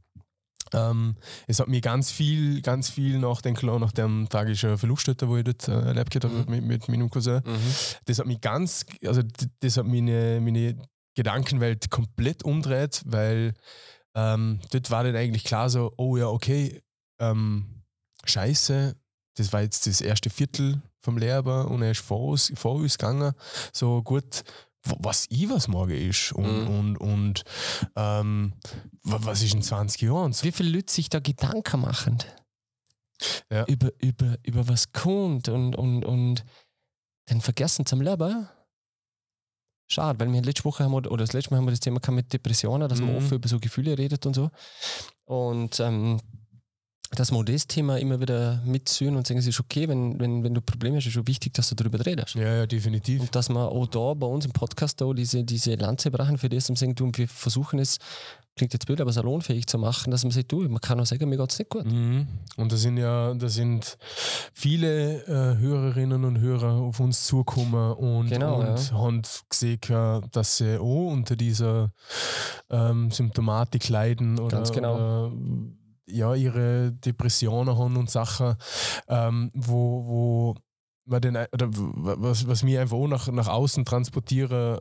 Speaker 2: Ähm, es hat mir ganz viel, ganz viel nach den nach dem tragischen Verlust, dort, wo ich dort äh, erlebt habe
Speaker 1: Mhm.
Speaker 2: mit, mit meinem Cousin das hat mich ganz, also d- das hat meine, meine Gedankenwelt komplett umdreht, weil ähm, dort war dann eigentlich klar so, oh ja, okay, ähm, scheiße, das war jetzt das erste Viertel vom Lehrer und er ist vor uns, vor uns gegangen, so gut, w- was ich was morgen ist und,
Speaker 1: Mhm.
Speaker 2: und, und ähm, wa- was ist in 20 Jahren? So,
Speaker 1: wie viele Leute sich da Gedanken machen
Speaker 2: Ja.
Speaker 1: über, über, über was kommt und, und, und dann vergessen zum Leben. Schade, weil wir letzte Woche haben, wir- oder das letzte Mal haben wir das Thema gehabt mit Depressionen, dass man
Speaker 2: Mhm.
Speaker 1: oft über so Gefühle redet und so. Und ähm, dass man das Thema immer wieder mitsühen und sagen, es ist okay, wenn, wenn, wenn du Probleme hast, ist schon wichtig, dass du darüber redest.
Speaker 2: ja, ja, definitiv.
Speaker 1: Und dass wir auch da bei uns im Podcast da diese, diese Lanze brachen für das und sagen, du, und wir versuchen es, klingt jetzt blöd, aber salonfähig zu machen, dass man sagt, du, man kann auch sagen, mir geht es nicht gut.
Speaker 2: Mhm. Und da sind ja, da sind viele äh, Hörerinnen und Hörer auf uns zugekommen und,
Speaker 1: Genau,
Speaker 2: und haben gesehen, äh, dass sie auch unter dieser ähm, Symptomatik leiden oder,
Speaker 1: Ganz genau.
Speaker 2: oder ja, ihre Depressionen haben und Sachen, ähm, wo, wo man den, oder w- was, was wir einfach auch nach, nach außen transportieren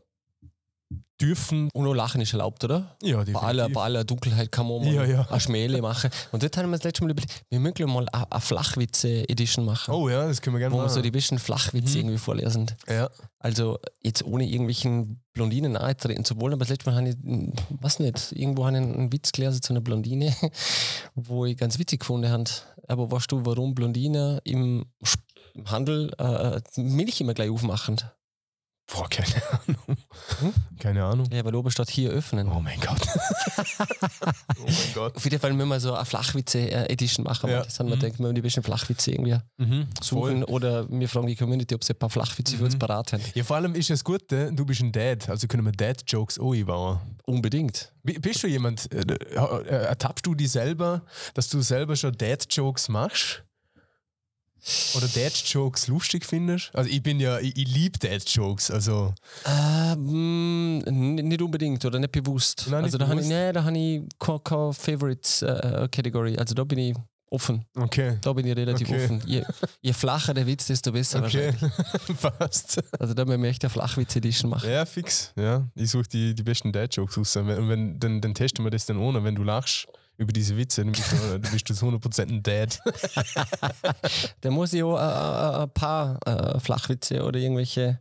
Speaker 2: dürfen.
Speaker 1: Und auch Lachen ist erlaubt, oder?
Speaker 2: Ja,
Speaker 1: Bei aller, bei aller Dunkelheit kann man auch mal
Speaker 2: Ja, ja.
Speaker 1: eine Schmähle machen. Und dort haben wir das letzte Mal überlegt, wir mögen ja mal eine Flachwitze-Edition machen,
Speaker 2: Oh ja, das können wir gerne
Speaker 1: wo wir so
Speaker 2: machen.
Speaker 1: die bisschen Flachwitze
Speaker 2: Mhm.
Speaker 1: irgendwie vorlesen.
Speaker 2: ja.
Speaker 1: Also jetzt ohne irgendwelchen Blondinen nahe treten zu wollen, aber das letzte Mal habe ich, hm, weiß nicht, irgendwo habe ich einen Witz gelesen zu einer Blondine, *laughs* wo ich ganz witzig gefunden habe. Aber weißt du, warum Blondine im, Sp- im Handel äh, Milch immer gleich aufmachen?
Speaker 2: Boah, keine Ahnung.
Speaker 1: Hm?
Speaker 2: Keine Ahnung.
Speaker 1: Ja, weil oben statt hier öffnen.
Speaker 2: Oh mein *laughs* Gott. oh mein Gott.
Speaker 1: Auf jeden Fall müssen wir so eine Flachwitze-Edition machen.
Speaker 2: Ja.
Speaker 1: Das haben wir
Speaker 2: Mhm.
Speaker 1: gedacht, wir müssen die bisschen Flachwitze irgendwie
Speaker 2: Mhm,
Speaker 1: suchen oder wir fragen die Community, ob sie ein paar Flachwitze für
Speaker 2: Mhm.
Speaker 1: uns parat haben.
Speaker 2: Ja, vor allem ist das Gute, du bist ein Dad, also können wir Dad-Jokes auch einbauen.
Speaker 1: Unbedingt.
Speaker 2: Bi- Bist du jemand, äh, äh, ertappst du dich selber, dass du selber schon Dad-Jokes machst? Oder Dad-Jokes lustig findest? Also ich bin ja, ich, ich liebe Dad-Jokes, also
Speaker 1: Ähm, n- nicht unbedingt oder nicht bewusst.
Speaker 2: Nein, nicht
Speaker 1: also da habe ich,
Speaker 2: bewusst.
Speaker 1: nee, da hab ich keine, keine Favorites-Category. also da bin ich offen.
Speaker 2: okay,
Speaker 1: Da bin ich relativ
Speaker 2: Okay.
Speaker 1: offen. Je, je flacher der Witz, desto besser
Speaker 2: okay,
Speaker 1: wahrscheinlich.
Speaker 2: *laughs* passt.
Speaker 1: Also da müssen wir echt eine Flachwitz-Edition machen.
Speaker 2: Ja, fix. Ja, ich suche die, die besten Dad-Jokes raus. Und wenn, wenn, dann, dann testen wir das dann ohne. Wenn du lachst über diese Witze, dann bist du, dann bist du zu 100% ein Dad. *laughs*
Speaker 1: Da muss ich auch äh, äh, ein paar äh, Flachwitze oder irgendwelche.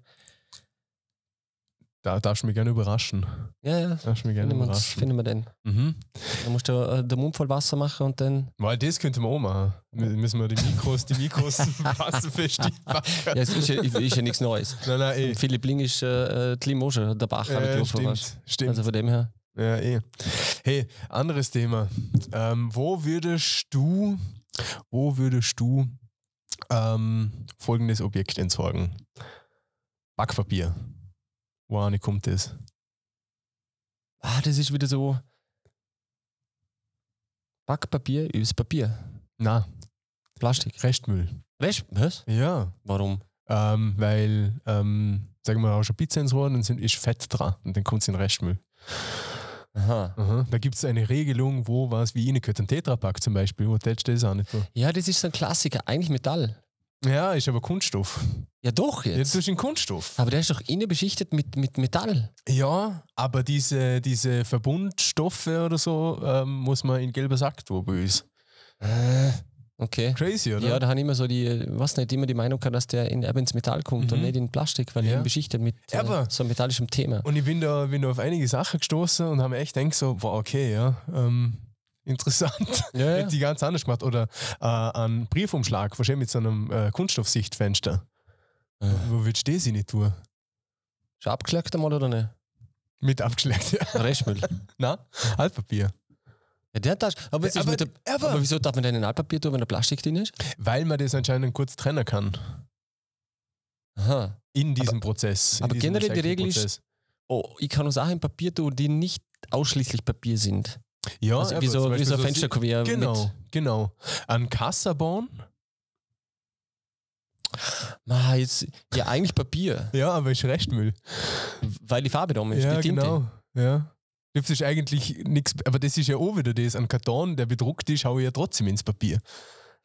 Speaker 2: Da darfst du mich gerne überraschen.
Speaker 1: Ja, ja.
Speaker 2: Darfst du mich gerne
Speaker 1: Finden wir, uns,
Speaker 2: überraschen.
Speaker 1: finden wir den.
Speaker 2: Mhm.
Speaker 1: Da musst du äh, den Mund voll Wasser machen und
Speaker 2: *laughs*
Speaker 1: dann.
Speaker 2: Weil das könnte man auch machen. Mü- Müssen wir die Mikros, die Mikros *laughs*
Speaker 1: *laughs*
Speaker 2: wasserfest
Speaker 1: Ja,
Speaker 2: packen.
Speaker 1: es ist ja, ist ja nichts Neues.
Speaker 2: Nein, nein, eh.
Speaker 1: Philipp Ling ist äh, äh, Klim auch schon der Bach, habe ich
Speaker 2: Ja,
Speaker 1: gerufen, weißt
Speaker 2: stimmt,
Speaker 1: du.
Speaker 2: stimmt.
Speaker 1: Also von dem her.
Speaker 2: Ja, eh. Hey, anderes Thema. Ähm, wo würdest du, wo würdest du ähm, folgendes Objekt entsorgen? Backpapier. Woher kommt das?
Speaker 1: Ah, das ist wieder so. Backpapier ist Papier.
Speaker 2: Na,
Speaker 1: Plastik.
Speaker 2: Restmüll.
Speaker 1: Weißt du, was?
Speaker 2: Ja.
Speaker 1: Warum?
Speaker 2: Ähm, weil, ähm, sagen wir mal, schon Pizza ins Rohr, dann sind, ist Fett dran und dann kommt es in den Restmüll.
Speaker 1: Aha.
Speaker 2: Aha. Da gibt es eine Regelung, wo was wie reingehört. Ein Tetrapack zum Beispiel, wo tätscht das auch nicht so.
Speaker 1: Ja, das ist so ein Klassiker. Eigentlich Metall.
Speaker 2: Ja, ist aber Kunststoff.
Speaker 1: Ja, doch
Speaker 2: Jetzt
Speaker 1: jetzt.
Speaker 2: ist ein Kunststoff.
Speaker 1: Aber der ist doch innen beschichtet mit, mit Metall.
Speaker 2: Ja, aber diese, diese Verbundstoffe oder so ähm, muss man in gelber Sack tun bei uns.
Speaker 1: Okay.
Speaker 2: Crazy, Äh. oder?
Speaker 1: Ja, da haben immer so die, was nicht, immer die Meinung gehabt, dass der in, eben ins Metall kommt und
Speaker 2: Mhm.
Speaker 1: nicht in Plastik, weil
Speaker 2: Ja.
Speaker 1: er ihn beschichtet mit
Speaker 2: Ja, aber-
Speaker 1: äh, so einem metallischem
Speaker 2: *laughs*
Speaker 1: Thema.
Speaker 2: Und ich bin da, bin da auf einige Sachen gestoßen und habe mir echt gedacht, so, wow, okay, ja, ähm, *laughs* interessant.
Speaker 1: Ja,
Speaker 2: Hätte ich ganz anders gemacht. Oder äh, einen Briefumschlag, verstehe mit so einem äh, Kunststoffsichtfenster.
Speaker 1: Äh.
Speaker 2: Wo willst du das nicht tun?
Speaker 1: Schon abgeschleckt einmal oder nicht?
Speaker 2: Mit abgeschleckt, *laughs* ja.
Speaker 1: Restmüll.
Speaker 2: Na, Altpapier.
Speaker 1: ja, der Tasch. Aber, jetzt ist
Speaker 2: Aber-
Speaker 1: mit der,
Speaker 2: aber-
Speaker 1: aber, wieso darf man denn in Altpapier tun, wenn da Plastik drin ist?
Speaker 2: Weil man das anscheinend kurz trennen kann.
Speaker 1: Aha.
Speaker 2: In diesem Prozess. In
Speaker 1: aber
Speaker 2: diesem
Speaker 1: generell die Regel ist-
Speaker 2: Recyclingprozess.
Speaker 1: Oh, ich kann uns auch in Papier tun, die nicht ausschließlich Papier sind.
Speaker 2: Ja,
Speaker 1: also
Speaker 2: aber
Speaker 1: wie
Speaker 2: zum
Speaker 1: so, wie
Speaker 2: Beispiel
Speaker 1: so ein
Speaker 2: Sie-
Speaker 1: Fensterquer.
Speaker 2: Genau, genau. Ein Kassabon?
Speaker 1: Mit, ah, jetzt, ja, eigentlich Papier,
Speaker 2: Ja, aber ist Restmüll.
Speaker 1: weil die Farbe da ist,
Speaker 2: ja,
Speaker 1: die Tinte.
Speaker 2: genau. Ja. Das ist eigentlich nichts, aber das ist ja auch wieder das. Ein Karton, der bedruckt ist, hau ich ja trotzdem ins Papier.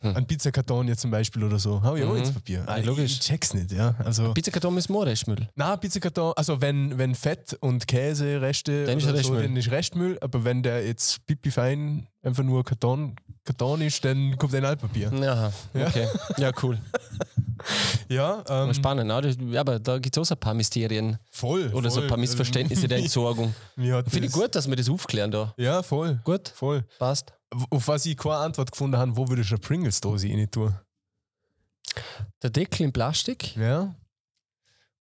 Speaker 1: Hm.
Speaker 2: Ein Pizzakarton jetzt zum Beispiel oder so, hau ich auch
Speaker 1: Mhm.
Speaker 2: ins Papier.
Speaker 1: Ah, logisch.
Speaker 2: Ich check's nicht, ja. Also,
Speaker 1: Pizzakarton ist mehr Restmüll.
Speaker 2: na Pizzakarton, also wenn, wenn Fett und Käse, Reste,
Speaker 1: Dann ist
Speaker 2: oder
Speaker 1: er
Speaker 2: so,
Speaker 1: Restmüll.
Speaker 2: dann ist Restmüll, aber wenn der jetzt pipifein einfach nur Karton, Karton ist, dann kommt ein Altpapier.
Speaker 1: Aha,
Speaker 2: Ja.
Speaker 1: okay. Ja, cool.
Speaker 2: *laughs* Ja, ähm,
Speaker 1: Aber spannend, ne? Das- ja, aber da gibt es auch so ein paar Mysterien
Speaker 2: voll.
Speaker 1: oder so
Speaker 2: voll.
Speaker 1: ein paar Missverständnisse der Entsorgung.
Speaker 2: *laughs* Mir hat
Speaker 1: Finde ich
Speaker 2: das-
Speaker 1: gut, dass wir das aufklären da.
Speaker 2: Ja, voll.
Speaker 1: Gut,
Speaker 2: Voll.
Speaker 1: passt.
Speaker 2: W- Auf was ich keine Antwort gefunden habe, wo würdest du eine Pringles-Dose rein tun?
Speaker 1: Der Deckel in Plastik
Speaker 2: Ja.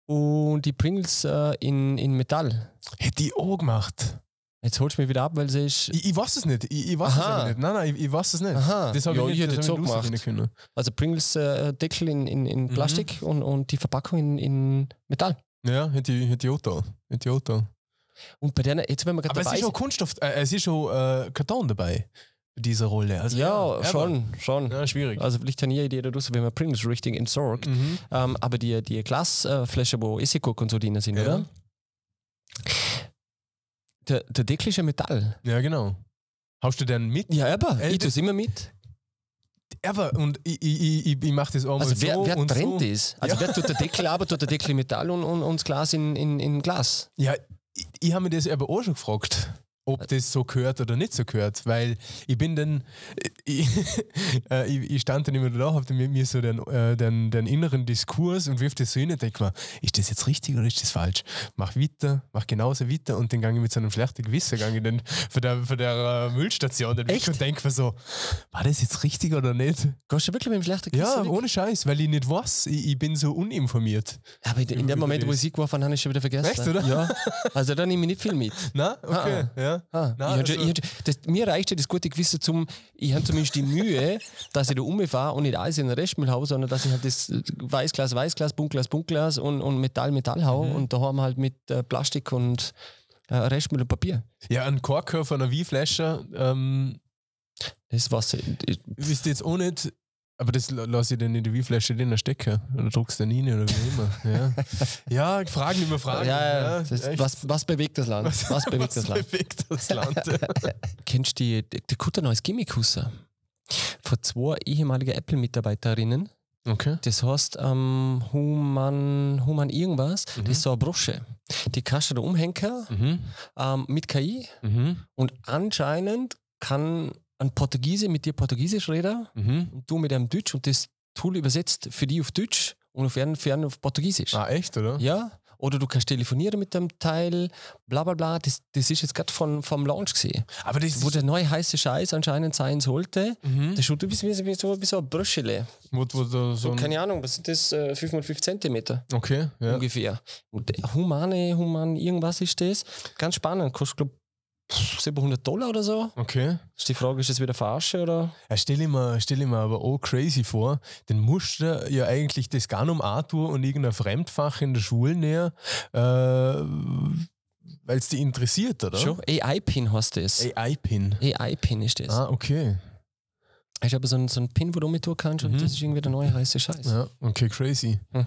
Speaker 1: und die Pringles äh, in, in Metall.
Speaker 2: Hätte ich auch gemacht.
Speaker 1: Jetzt holst du mich wieder ab, weil sie ist.
Speaker 2: Ich, ich weiß es nicht. Ich, ich weiß es
Speaker 1: Aha.
Speaker 2: aber nicht. Nein, nein, ich, ich weiß es nicht.
Speaker 1: Aha,
Speaker 2: Das habe
Speaker 1: ja,
Speaker 2: ich
Speaker 1: ich
Speaker 2: nicht,
Speaker 1: hätte
Speaker 2: das
Speaker 1: jetzt so
Speaker 2: hab ich
Speaker 1: gemacht.
Speaker 2: nicht herausfinden können.
Speaker 1: Also Pringles äh, Deckel in, in,
Speaker 2: Mhm.
Speaker 1: in Plastik und, und die Verpackung in, in Metall.
Speaker 2: Ja, hätte ich, hätte ich auch da. Hätte ich auch da.
Speaker 1: Und bei der, jetzt wenn wir gerade
Speaker 2: Aber es
Speaker 1: dabei
Speaker 2: ist schon Kunststoff, äh, es ist schon äh, Karton dabei. Bei dieser Rolle. Also,
Speaker 1: ja,
Speaker 2: aber-
Speaker 1: schon, schon.
Speaker 2: Ja, schwierig.
Speaker 1: Also vielleicht kann ich eine Idee dazu, wenn man Pringles richtig entsorgt.
Speaker 2: Mhm.
Speaker 1: Ähm, aber die, die Glasflaschen, wo Essigurk und so drin sind,
Speaker 2: Ja.
Speaker 1: oder? Der, der Deckel ist ja Metall.
Speaker 2: Ja, genau. Hast du den mit?
Speaker 1: Ja, aber.
Speaker 2: Äh,
Speaker 1: Ich tue es immer mit.
Speaker 2: Aber, und ich, ich, ich, ich- ich mache das auch mal
Speaker 1: Also wer,
Speaker 2: so
Speaker 1: wer
Speaker 2: und so.
Speaker 1: trennt das? Also wer tut der Deckel aber, tut der Deckel in Metall und, und, und das Glas in, in, in Glas?
Speaker 2: Ja, ich, ich habe mir das aber auch schon gefragt,
Speaker 1: Äh.
Speaker 2: ob das so gehört oder nicht so gehört, weil ich bin dann, *laughs* ich, äh, ich, ich stand dann immer da, habe mit mir so den, äh, den, den inneren Diskurs und wirf das so hin und denke mir, ist das jetzt richtig oder ist das falsch? Mach weiter, mach genauso weiter und dann gehe ich mit so einem schlechten Gewissen gehe ich dann von der, von der äh, Müllstation dann weg
Speaker 1: Echt?
Speaker 2: und denke mir so, war das jetzt richtig oder nicht?
Speaker 1: Gehst du wirklich mit dem schlechten
Speaker 2: Ja,
Speaker 1: Gewissen weg?
Speaker 2: ohne Scheiß, weil ich nicht weiß, ich, ich bin so uninformiert.
Speaker 1: Aber in, in dem Moment, wo ich sie geworfen habe, habe ich schon wieder vergessen.
Speaker 2: Echt, oder?
Speaker 1: Ja. Also da nehme ich nicht viel *laughs* mit.
Speaker 2: Na, okay,
Speaker 1: Ah.
Speaker 2: ja.
Speaker 1: Ah,
Speaker 2: Nein,
Speaker 1: ich hab schon,
Speaker 2: also-
Speaker 1: ich hab schon, das, mir reicht ja das gute Gewissen zum, ich habe zumindest die Mühe, dass ich da umfahre und nicht alles in den Restmüll hau, sondern dass ich halt das Weißglas, Weißglas, Buntglas, Buntglas und, und Metall, Metall hau und da haben wir halt mit äh, Plastik und äh, Restmüll und Papier.
Speaker 2: Ja, ein Korker von einer Weinflasche ähm,
Speaker 1: Das war's. Ich-
Speaker 2: wisst ihr jetzt auch nicht, aber das la- lass ich dann in die Weinflasche drin stecken oder druckst dann rein oder
Speaker 1: *laughs*
Speaker 2: wie immer. Ja, ja Fragen über
Speaker 1: Ja,
Speaker 2: Fragen.
Speaker 1: ja, das,
Speaker 2: *laughs* echt.
Speaker 1: was, was bewegt das Land? Was, *laughs* bewegt das Land?
Speaker 2: bewegt das Land?
Speaker 1: *laughs* Kennst du die, die, die Kutter neues Gimmick raus? Von zwei ehemaligen Apple-Mitarbeiterinnen.
Speaker 2: okay.
Speaker 1: Das heißt, ähm, Human, Human irgendwas, das ist so eine Brosche. Die kannst du da umhängen
Speaker 2: Mhm.
Speaker 1: ähm, mit KI
Speaker 2: Mhm.
Speaker 1: und anscheinend kann ein Portugiese mit dir Portugiesisch reden
Speaker 2: Mhm.
Speaker 1: und du mit einem Deutsch und das Tool übersetzt für die auf Deutsch und auf einen fern auf Portugiesisch.
Speaker 2: Ah, echt, oder?
Speaker 1: Ja, oder du kannst telefonieren mit dem Teil, bla bla bla. Das, das ist jetzt gerade von, vom Launch gesehen.
Speaker 2: Aber das
Speaker 1: Wo
Speaker 2: ist,
Speaker 1: der neue heiße Scheiß anscheinend sein sollte,
Speaker 2: mhm.
Speaker 1: das schaut ein bisschen wie so- wie so, wie so ein Bröschele.
Speaker 2: wo, wo da so
Speaker 1: So,
Speaker 2: ein,
Speaker 1: keine Ahnung, was sind das? Äh, 5x5 Zentimeter
Speaker 2: Okay, ja.
Speaker 1: ungefähr. Und der humane, human, irgendwas ist das. Ganz spannend. Kostet, glaube 700 Dollar oder so.
Speaker 2: Okay.
Speaker 1: Ist die Frage, ist das wieder Verarsche oder?
Speaker 2: Ja, stell ich mir, stell ich mir aber auch crazy vor, dann musst du ja eigentlich das gar um Arthur und irgendein Fremdfach in der Schule näher, äh, weil es dich interessiert, oder?
Speaker 1: Schon? AI-Pin heißt das.
Speaker 2: AI-Pin.
Speaker 1: AI-Pin ist das.
Speaker 2: Ah, okay.
Speaker 1: Ich habe so einen, so einen Pin, wo du mit tun kannst und
Speaker 2: Mhm.
Speaker 1: das ist irgendwie der neue heiße Scheiß.
Speaker 2: Ja, okay, crazy.
Speaker 1: Hm.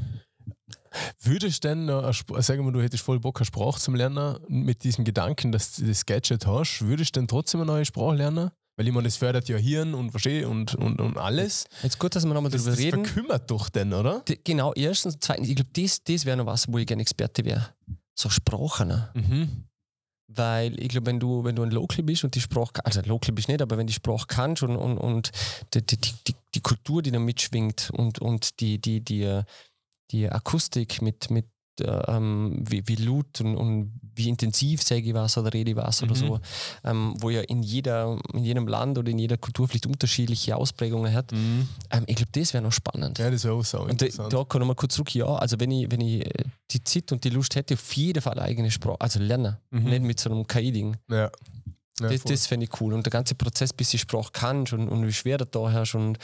Speaker 2: Würdest du denn, noch eine Sp- sagen wir, du hättest voll Bock, eine Sprache zum Lernen, mit diesem Gedanken, dass du das Gadget hast, würdest du denn trotzdem eine neue Sprache lernen? Weil ich meine, das fördert ja Hirn und verstehe und, und, und alles.
Speaker 1: Jetzt gut, dass wir nochmal
Speaker 2: Das,
Speaker 1: darüber
Speaker 2: das
Speaker 1: reden.
Speaker 2: verkümmert doch denn, oder?
Speaker 1: D- Genau, erstens. Zweitens, ich glaube, das, das wäre noch was, wo ich gerne Experte wäre. So Sprachen. ne?
Speaker 2: Mhm.
Speaker 1: Weil ich glaube, wenn du, wenn du ein Local bist und die Sprache, kann- also Local bist nicht, aber wenn die Sprache kannst und, und, und die, die, die, die- die Kultur, die da mitschwingt und, und die, die, die, die Akustik mit, mit äh, ähm, wie, wie laut und, und wie intensiv sage ich was oder rede ich was oder
Speaker 2: Mhm.
Speaker 1: so, ähm, wo ja in, jeder, in jedem Land oder in jeder Kultur vielleicht unterschiedliche Ausprägungen hat.
Speaker 2: Mhm.
Speaker 1: Ähm, ich glaube, das wäre noch spannend.
Speaker 2: Ja, das wäre auch so
Speaker 1: Und da,
Speaker 2: interessant.
Speaker 1: da kann ich mal kurz zurück, ja, also wenn ich, wenn ich äh, die Zeit und die Lust hätte, auf jeden Fall eine eigene Sprache, also lernen,
Speaker 2: Mhm.
Speaker 1: nicht mit so einem KI-Ding.
Speaker 2: ja. Ja,
Speaker 1: das
Speaker 2: voll.
Speaker 1: das fände ich cool. Und der ganze Prozess, bis die Sprache kannst und, und wie schwer das da herrscht und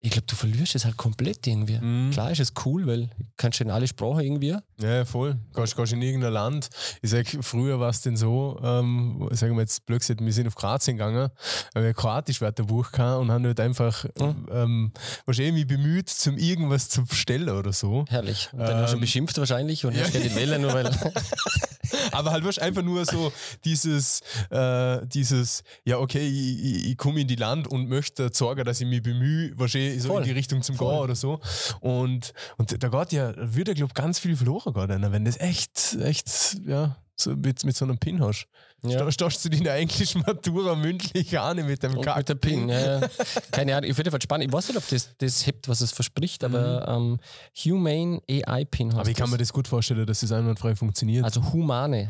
Speaker 1: ich glaube, du verlierst es halt komplett irgendwie.
Speaker 2: Mhm.
Speaker 1: Klar ist es cool, weil du kannst du in alle Sprachen irgendwie.
Speaker 2: Ja, ja, voll. Gehst, gehst in irgendein Land. Ich sag, früher war es denn so, ähm, sagen wir jetzt blöd gesagt, wir sind auf Kroatien gegangen, weil wir kroatisch Wörterbuch kann und haben halt einfach
Speaker 1: Mhm.
Speaker 2: ähm, wahrscheinlich mich bemüht, zum irgendwas zu bestellen oder so.
Speaker 1: Herrlich. Und dann hast du
Speaker 2: Ähm.
Speaker 1: beschimpft wahrscheinlich und
Speaker 2: Ja.
Speaker 1: hast gerne die Welle nur, weil
Speaker 2: *laughs* Aber halt wahrscheinlich einfach nur so dieses, äh, dieses, ja okay, ich, ich, ich komme in die Land und möchte sorgen, dass ich mich bemühe, wahrscheinlich so
Speaker 1: Voll.
Speaker 2: in die Richtung zum
Speaker 1: Voll.
Speaker 2: Gehen oder so. Und, und da geht ja, würde glaube ganz viel verloren gehen, einer, wenn das echt, echt, ja, so mit, mit so einem Pin hast.
Speaker 1: Ja.
Speaker 2: Ja. Stochst du dich in der englischen Matura mündlich an mit dem
Speaker 1: Und
Speaker 2: Kack.
Speaker 1: mit der PIN. Ja, ja. Keine Ahnung, auf jeden Fall spannend. Ich weiß nicht, ob das, das hebt, was es verspricht, aber ähm, Humane AI PIN heißt
Speaker 2: Mhm. Aber ich kann
Speaker 1: das.
Speaker 2: mir das gut vorstellen, dass das einwandfrei funktioniert.
Speaker 1: Also Humane,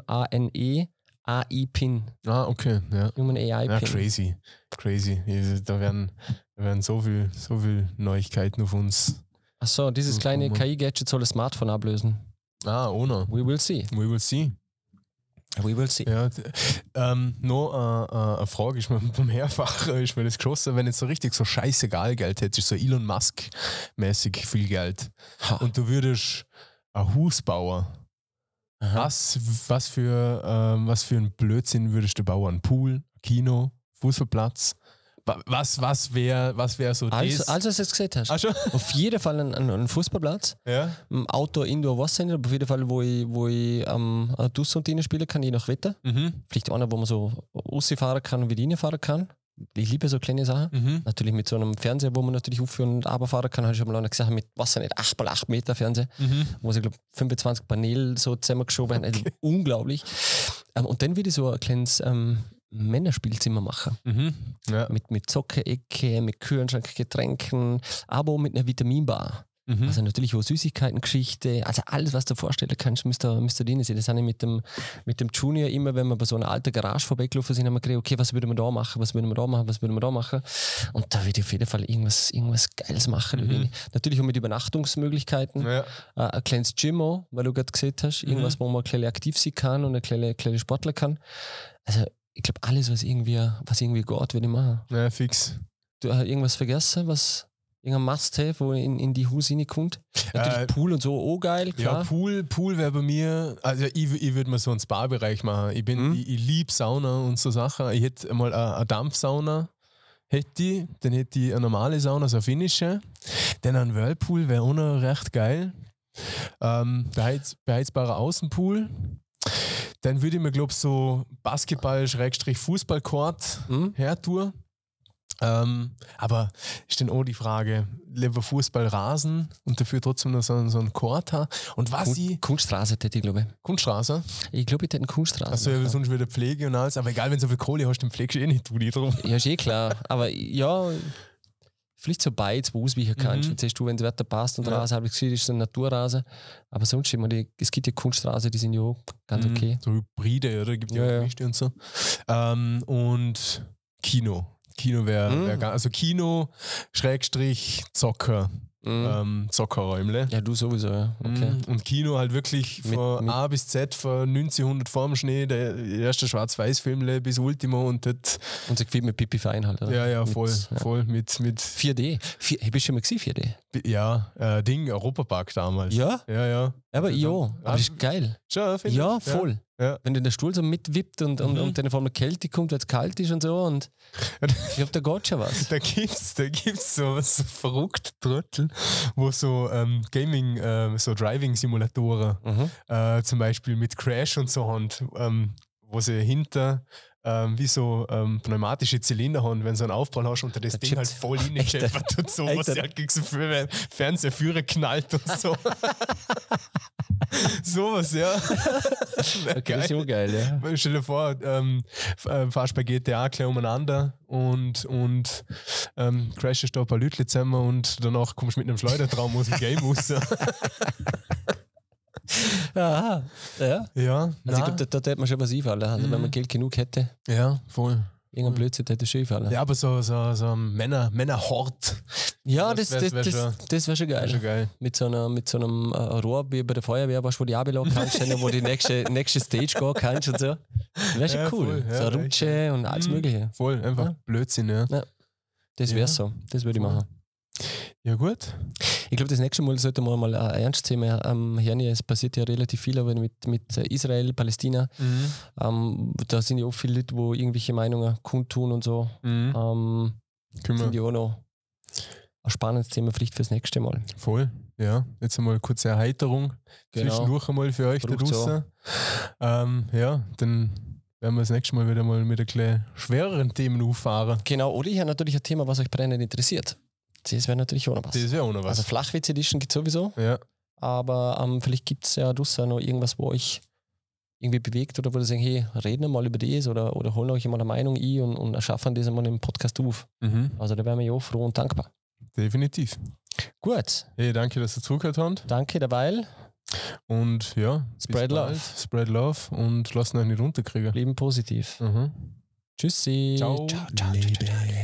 Speaker 1: H-U-M-A-N-E, AI-Pin,
Speaker 2: ah, okay. Ja.
Speaker 1: Human
Speaker 2: ja,
Speaker 1: AI-Pin.
Speaker 2: crazy. Crazy. Ich- Da werden, da werden so viel, so viel Neuigkeiten auf uns.
Speaker 1: Achso, dieses
Speaker 2: Mhm.
Speaker 1: kleine KI-Gadget soll das Smartphone ablösen.
Speaker 2: Ah, ohne.
Speaker 1: We will see.
Speaker 2: We will see.
Speaker 1: We will see.
Speaker 2: Ja, d- ähm, noch äh, äh, eine Frage ist mir *laughs* beim Herfahren ist mir das geschossen, wenn jetzt so richtig so scheißegal Geld hättest, so Elon Musk-mäßig viel Geld
Speaker 1: Ha.
Speaker 2: und du würdest ein Haus bauen,
Speaker 1: Aha.
Speaker 2: Was, was, für, ähm, was für ein Blödsinn würdest du bauen? Pool, Kino, Fußballplatz? Wa- Was, was wäre was wär so
Speaker 1: Also,
Speaker 2: das?
Speaker 1: als du es jetzt gesehen hast.
Speaker 2: Ach schon?
Speaker 1: Auf jeden Fall ein, ein, ein Fußballplatz,
Speaker 2: Ja.
Speaker 1: ein Outdoor, Indoor, was sind, auf jeden Fall, wo ich, wo ich ähm, Duss und Dine spielen kann, je nach Wetter.
Speaker 2: Mhm.
Speaker 1: Vielleicht einer, wo man so rausfahren kann und wieder fahren kann. Ich liebe so kleine Sachen.
Speaker 2: Mhm.
Speaker 1: Natürlich mit so einem Fernseher, wo man natürlich auf und runterfahren kann, habe ich schon mal einer gesagt, mit, was nicht, 8x8 Meter Fernseher.
Speaker 2: Mhm.
Speaker 1: wo sie, glaube 25 Paneele so zusammengeschoben haben. Also unglaublich. Ähm, und dann würde ich so ein kleines ähm, Männerspielzimmer machen.
Speaker 2: Mhm. Ja.
Speaker 1: Mit, mit Zockerecke, mit Kühlschrank, Getränken, aber auch mit einer Vitaminbar.
Speaker 2: Mhm.
Speaker 1: Also natürlich auch Süßigkeitengeschichte, also alles, was du dir vorstellen kannst, müsst ihr, müsst ihr drin sehen. Das habe ich mit dem, mit dem Junior immer, wenn wir bei so einer alten Garage vorbeigelaufen sind, haben wir gedacht, okay, was würden wir da machen, was würden wir da machen, was würden wir da machen. Und da würde ich auf jeden Fall irgendwas, irgendwas Geiles machen.
Speaker 2: Mhm.
Speaker 1: Natürlich auch mit Übernachtungsmöglichkeiten
Speaker 2: ja.
Speaker 1: äh, ein kleines Gym auch, weil du gerade gesehen hast, irgendwas,
Speaker 2: Mhm.
Speaker 1: wo man ein kleines aktiv sein kann und ein kleine, kleine Sportler kann. Also ich glaube, alles, was irgendwie, was irgendwie geht, würde ich machen.
Speaker 2: ja, fix.
Speaker 1: Du hast irgendwas vergessen, was irgendein Must-Have, wo in, in die Hus reinkommt? Natürlich
Speaker 2: Äh,
Speaker 1: Pool und so, oh geil,
Speaker 2: Ja,
Speaker 1: klar.
Speaker 2: Pool, Pool wäre bei mir, also ich, wü- ich würde mir so einen Spa-Bereich machen. Ich, bin
Speaker 1: Mhm.
Speaker 2: ich, ich liebe Sauna und so Sachen. Ich hätte mal eine, eine Dampfsauna, hätte ich, dann hätte ich eine normale Sauna, so eine finnische. Dann ein Whirlpool wäre auch noch recht geil. Ähm, beheiz, beheizbarer Außenpool. Dann würde ich mir, glaube ich, so Basketball-Fußballcourt
Speaker 1: Hm?
Speaker 2: hertue. Ähm, aber ist dann auch die Frage, lieber Fußball rasen und dafür trotzdem noch so, so einen Court haben. Und was
Speaker 1: Kun
Speaker 2: ich,
Speaker 1: Kunststraße hätte ich, glaube
Speaker 2: Kunststraße,
Speaker 1: ich. Ich glaube, ich hätte eine Kunststraße.
Speaker 2: also ja. sonst wieder Pflege und alles, aber egal, wenn du so viel Kohle hast, dann pflegst du eh nicht du die drum.
Speaker 1: Ja, ist eh klar. Aber ja, vielleicht so beides, wo ausweichen kannst.
Speaker 2: Mhm.
Speaker 1: Jetzt siehst du, wenn das Wetter passt und
Speaker 2: Ja.
Speaker 1: Rasen, habe ich gesehen, ist so ein Naturrasen. Aber sonst, ich meine, die- es gibt ja Kunstrasen, die sind ja auch ganz
Speaker 2: Mhm.
Speaker 1: okay.
Speaker 2: So Hybride, oder? Gibt
Speaker 1: Ja,
Speaker 2: ja,
Speaker 1: ja.
Speaker 2: auch gemischte und so. Ähm, und Kino. Kino wäre,
Speaker 1: Mhm.
Speaker 2: wär, ga- also Kino, Schrägstrich, Zocker,
Speaker 1: Mhm.
Speaker 2: ähm, Zockerräumle.
Speaker 1: Ja, du sowieso, ja. Okay.
Speaker 2: Mhm. Und Kino halt wirklich
Speaker 1: Mit-
Speaker 2: von
Speaker 1: mit-
Speaker 2: A bis Z, von 1900 vorm Schnee, der erste Schwarz-Weiß-Film bis Ultimo und das.
Speaker 1: Und sie gefällt mit Pipi Verein halt, oder?
Speaker 2: Ja, ja,
Speaker 1: Mit-
Speaker 2: voll,
Speaker 1: ja.
Speaker 2: voll mit, mit
Speaker 1: 4D. Vier, hey, bist du schon mal gesehen, 4D?
Speaker 2: ja, äh, Ding, Europapark damals.
Speaker 1: Ja?
Speaker 2: ja. ja.
Speaker 1: Aber ja, aber
Speaker 2: Ah,
Speaker 1: das ist geil.
Speaker 2: Schon, finde
Speaker 1: Ja,
Speaker 2: ich.
Speaker 1: voll.
Speaker 2: Ja.
Speaker 1: Wenn dir der Stuhl so mitwippt und, und,
Speaker 2: Mhm.
Speaker 1: und dann vor allem Kälte kommt, weil es kalt ist und so. Und ich glaube, da geht schon was.
Speaker 2: Da gibt's, da gibt's so was so verrückt Trottel, wo so ähm, Gaming, ähm, so Driving-Simulatoren
Speaker 1: Mhm.
Speaker 2: äh, zum Beispiel mit Crash und so haben, ähm, wo sie hinter ähm, wie so ähm, pneumatische Zylinder haben, wenn so einen Aufprall hast und das
Speaker 1: Da
Speaker 2: Ding halt
Speaker 1: chippt's.
Speaker 2: voll
Speaker 1: *laughs* Echt,
Speaker 2: hineinscheppert und so,
Speaker 1: Echt,
Speaker 2: was ja
Speaker 1: Alter.
Speaker 2: gegen so Fer- Fernsehführer knallt und
Speaker 1: *laughs*
Speaker 2: so. Sowas, ja. Wär
Speaker 1: Okay, das ist schon geil, ja.
Speaker 2: Stell dir vor, ähm, f- äh, fährst bei GTA gleich umeinander und, und ähm, crashest da ein paar Leute zusammen und danach kommst du mit einem Schleudertraum aus dem Game
Speaker 1: *laughs*
Speaker 2: raus.
Speaker 1: Aha, ja. Also
Speaker 2: Ja,
Speaker 1: ich
Speaker 2: na, Mhm.
Speaker 1: glaube, da, da hätte man schon was einfallen. Also wenn man Geld genug hätte,
Speaker 2: ja, voll.
Speaker 1: irgendein Blödsinn hätte schon einfallen.
Speaker 2: Mhm. Ja, aber so, so, so ein Männer, Männerhort.
Speaker 1: Ja,
Speaker 2: Das
Speaker 1: das,
Speaker 2: wär-
Speaker 1: das,
Speaker 2: wär
Speaker 1: das,
Speaker 2: schon-
Speaker 1: das, wäre schon
Speaker 2: Wär
Speaker 1: geil.
Speaker 2: schon geil.
Speaker 1: Mit so, einer, mit so einem äh, Rohr wie bei der Feuerwehr, weißt, wo die anbelaufen
Speaker 2: *laughs*
Speaker 1: kannst, sondern wo die nächste, nächste Stage gehen kannst und so. Wäre schon
Speaker 2: Ja,
Speaker 1: cool.
Speaker 2: voll, ja,
Speaker 1: so eine
Speaker 2: wär echt
Speaker 1: Rutsche und alles
Speaker 2: Mhm.
Speaker 1: Mögliche.
Speaker 2: Voll, einfach
Speaker 1: Ja.
Speaker 2: Blödsinn, ja.
Speaker 1: Das
Speaker 2: Ja,
Speaker 1: wäre so. Das würde ich
Speaker 2: voll.
Speaker 1: machen.
Speaker 2: Ja, gut.
Speaker 1: Ich glaube, das nächste Mal sollte man mal äh, ein ernstes Thema ähm, hernehmen. Es passiert ja relativ viel, aber mit, mit Israel, Palästina,
Speaker 2: Mhm,
Speaker 1: ähm, da sind ja auch viele Leute, wo irgendwelche Meinungen kundtun und so.
Speaker 2: Mhm.
Speaker 1: Ähm,
Speaker 2: Kümmern.
Speaker 1: Finde ich auch noch ein spannendes Thema, vielleicht fürs nächste Mal.
Speaker 2: Voll, ja. Jetzt einmal kurze Erheiterung.
Speaker 1: Genau.
Speaker 2: Zwischendurch einmal für euch da
Speaker 1: Braucht's
Speaker 2: draußen. Ähm, ja, dann werden wir das nächste Mal wieder mal mit ein kleinen schwereren Themen auffahren.
Speaker 1: Genau, oder ich habe natürlich ein Thema, was euch brennend interessiert. Das wäre natürlich auch noch was.
Speaker 2: Das wäre ohne was.
Speaker 1: Also Flachwitz Edition gibt es sowieso,
Speaker 2: ja,
Speaker 1: aber ähm, vielleicht gibt es ja Russer noch irgendwas, wo euch irgendwie bewegt oder wo ihr sagt, hey, reden wir mal über das oder, oder holen euch mal eine Meinung ein und, und erschaffen das einmal im Podcast auf.
Speaker 2: mhm.
Speaker 1: Also da wären wir ja auch froh und dankbar.
Speaker 2: definitiv.
Speaker 1: Gut,
Speaker 2: Hey, danke, dass ihr zugehört habt.
Speaker 1: danke derweil.
Speaker 2: Und ja, bis
Speaker 1: Spread
Speaker 2: bald.
Speaker 1: love.
Speaker 2: Spread love und lasst euch nicht runterkriegen.
Speaker 1: Bleiben positiv.
Speaker 2: Mhm.
Speaker 1: Tschüssi.
Speaker 2: Ciao,
Speaker 1: ciao, ciao, ciao, ciao, ciao.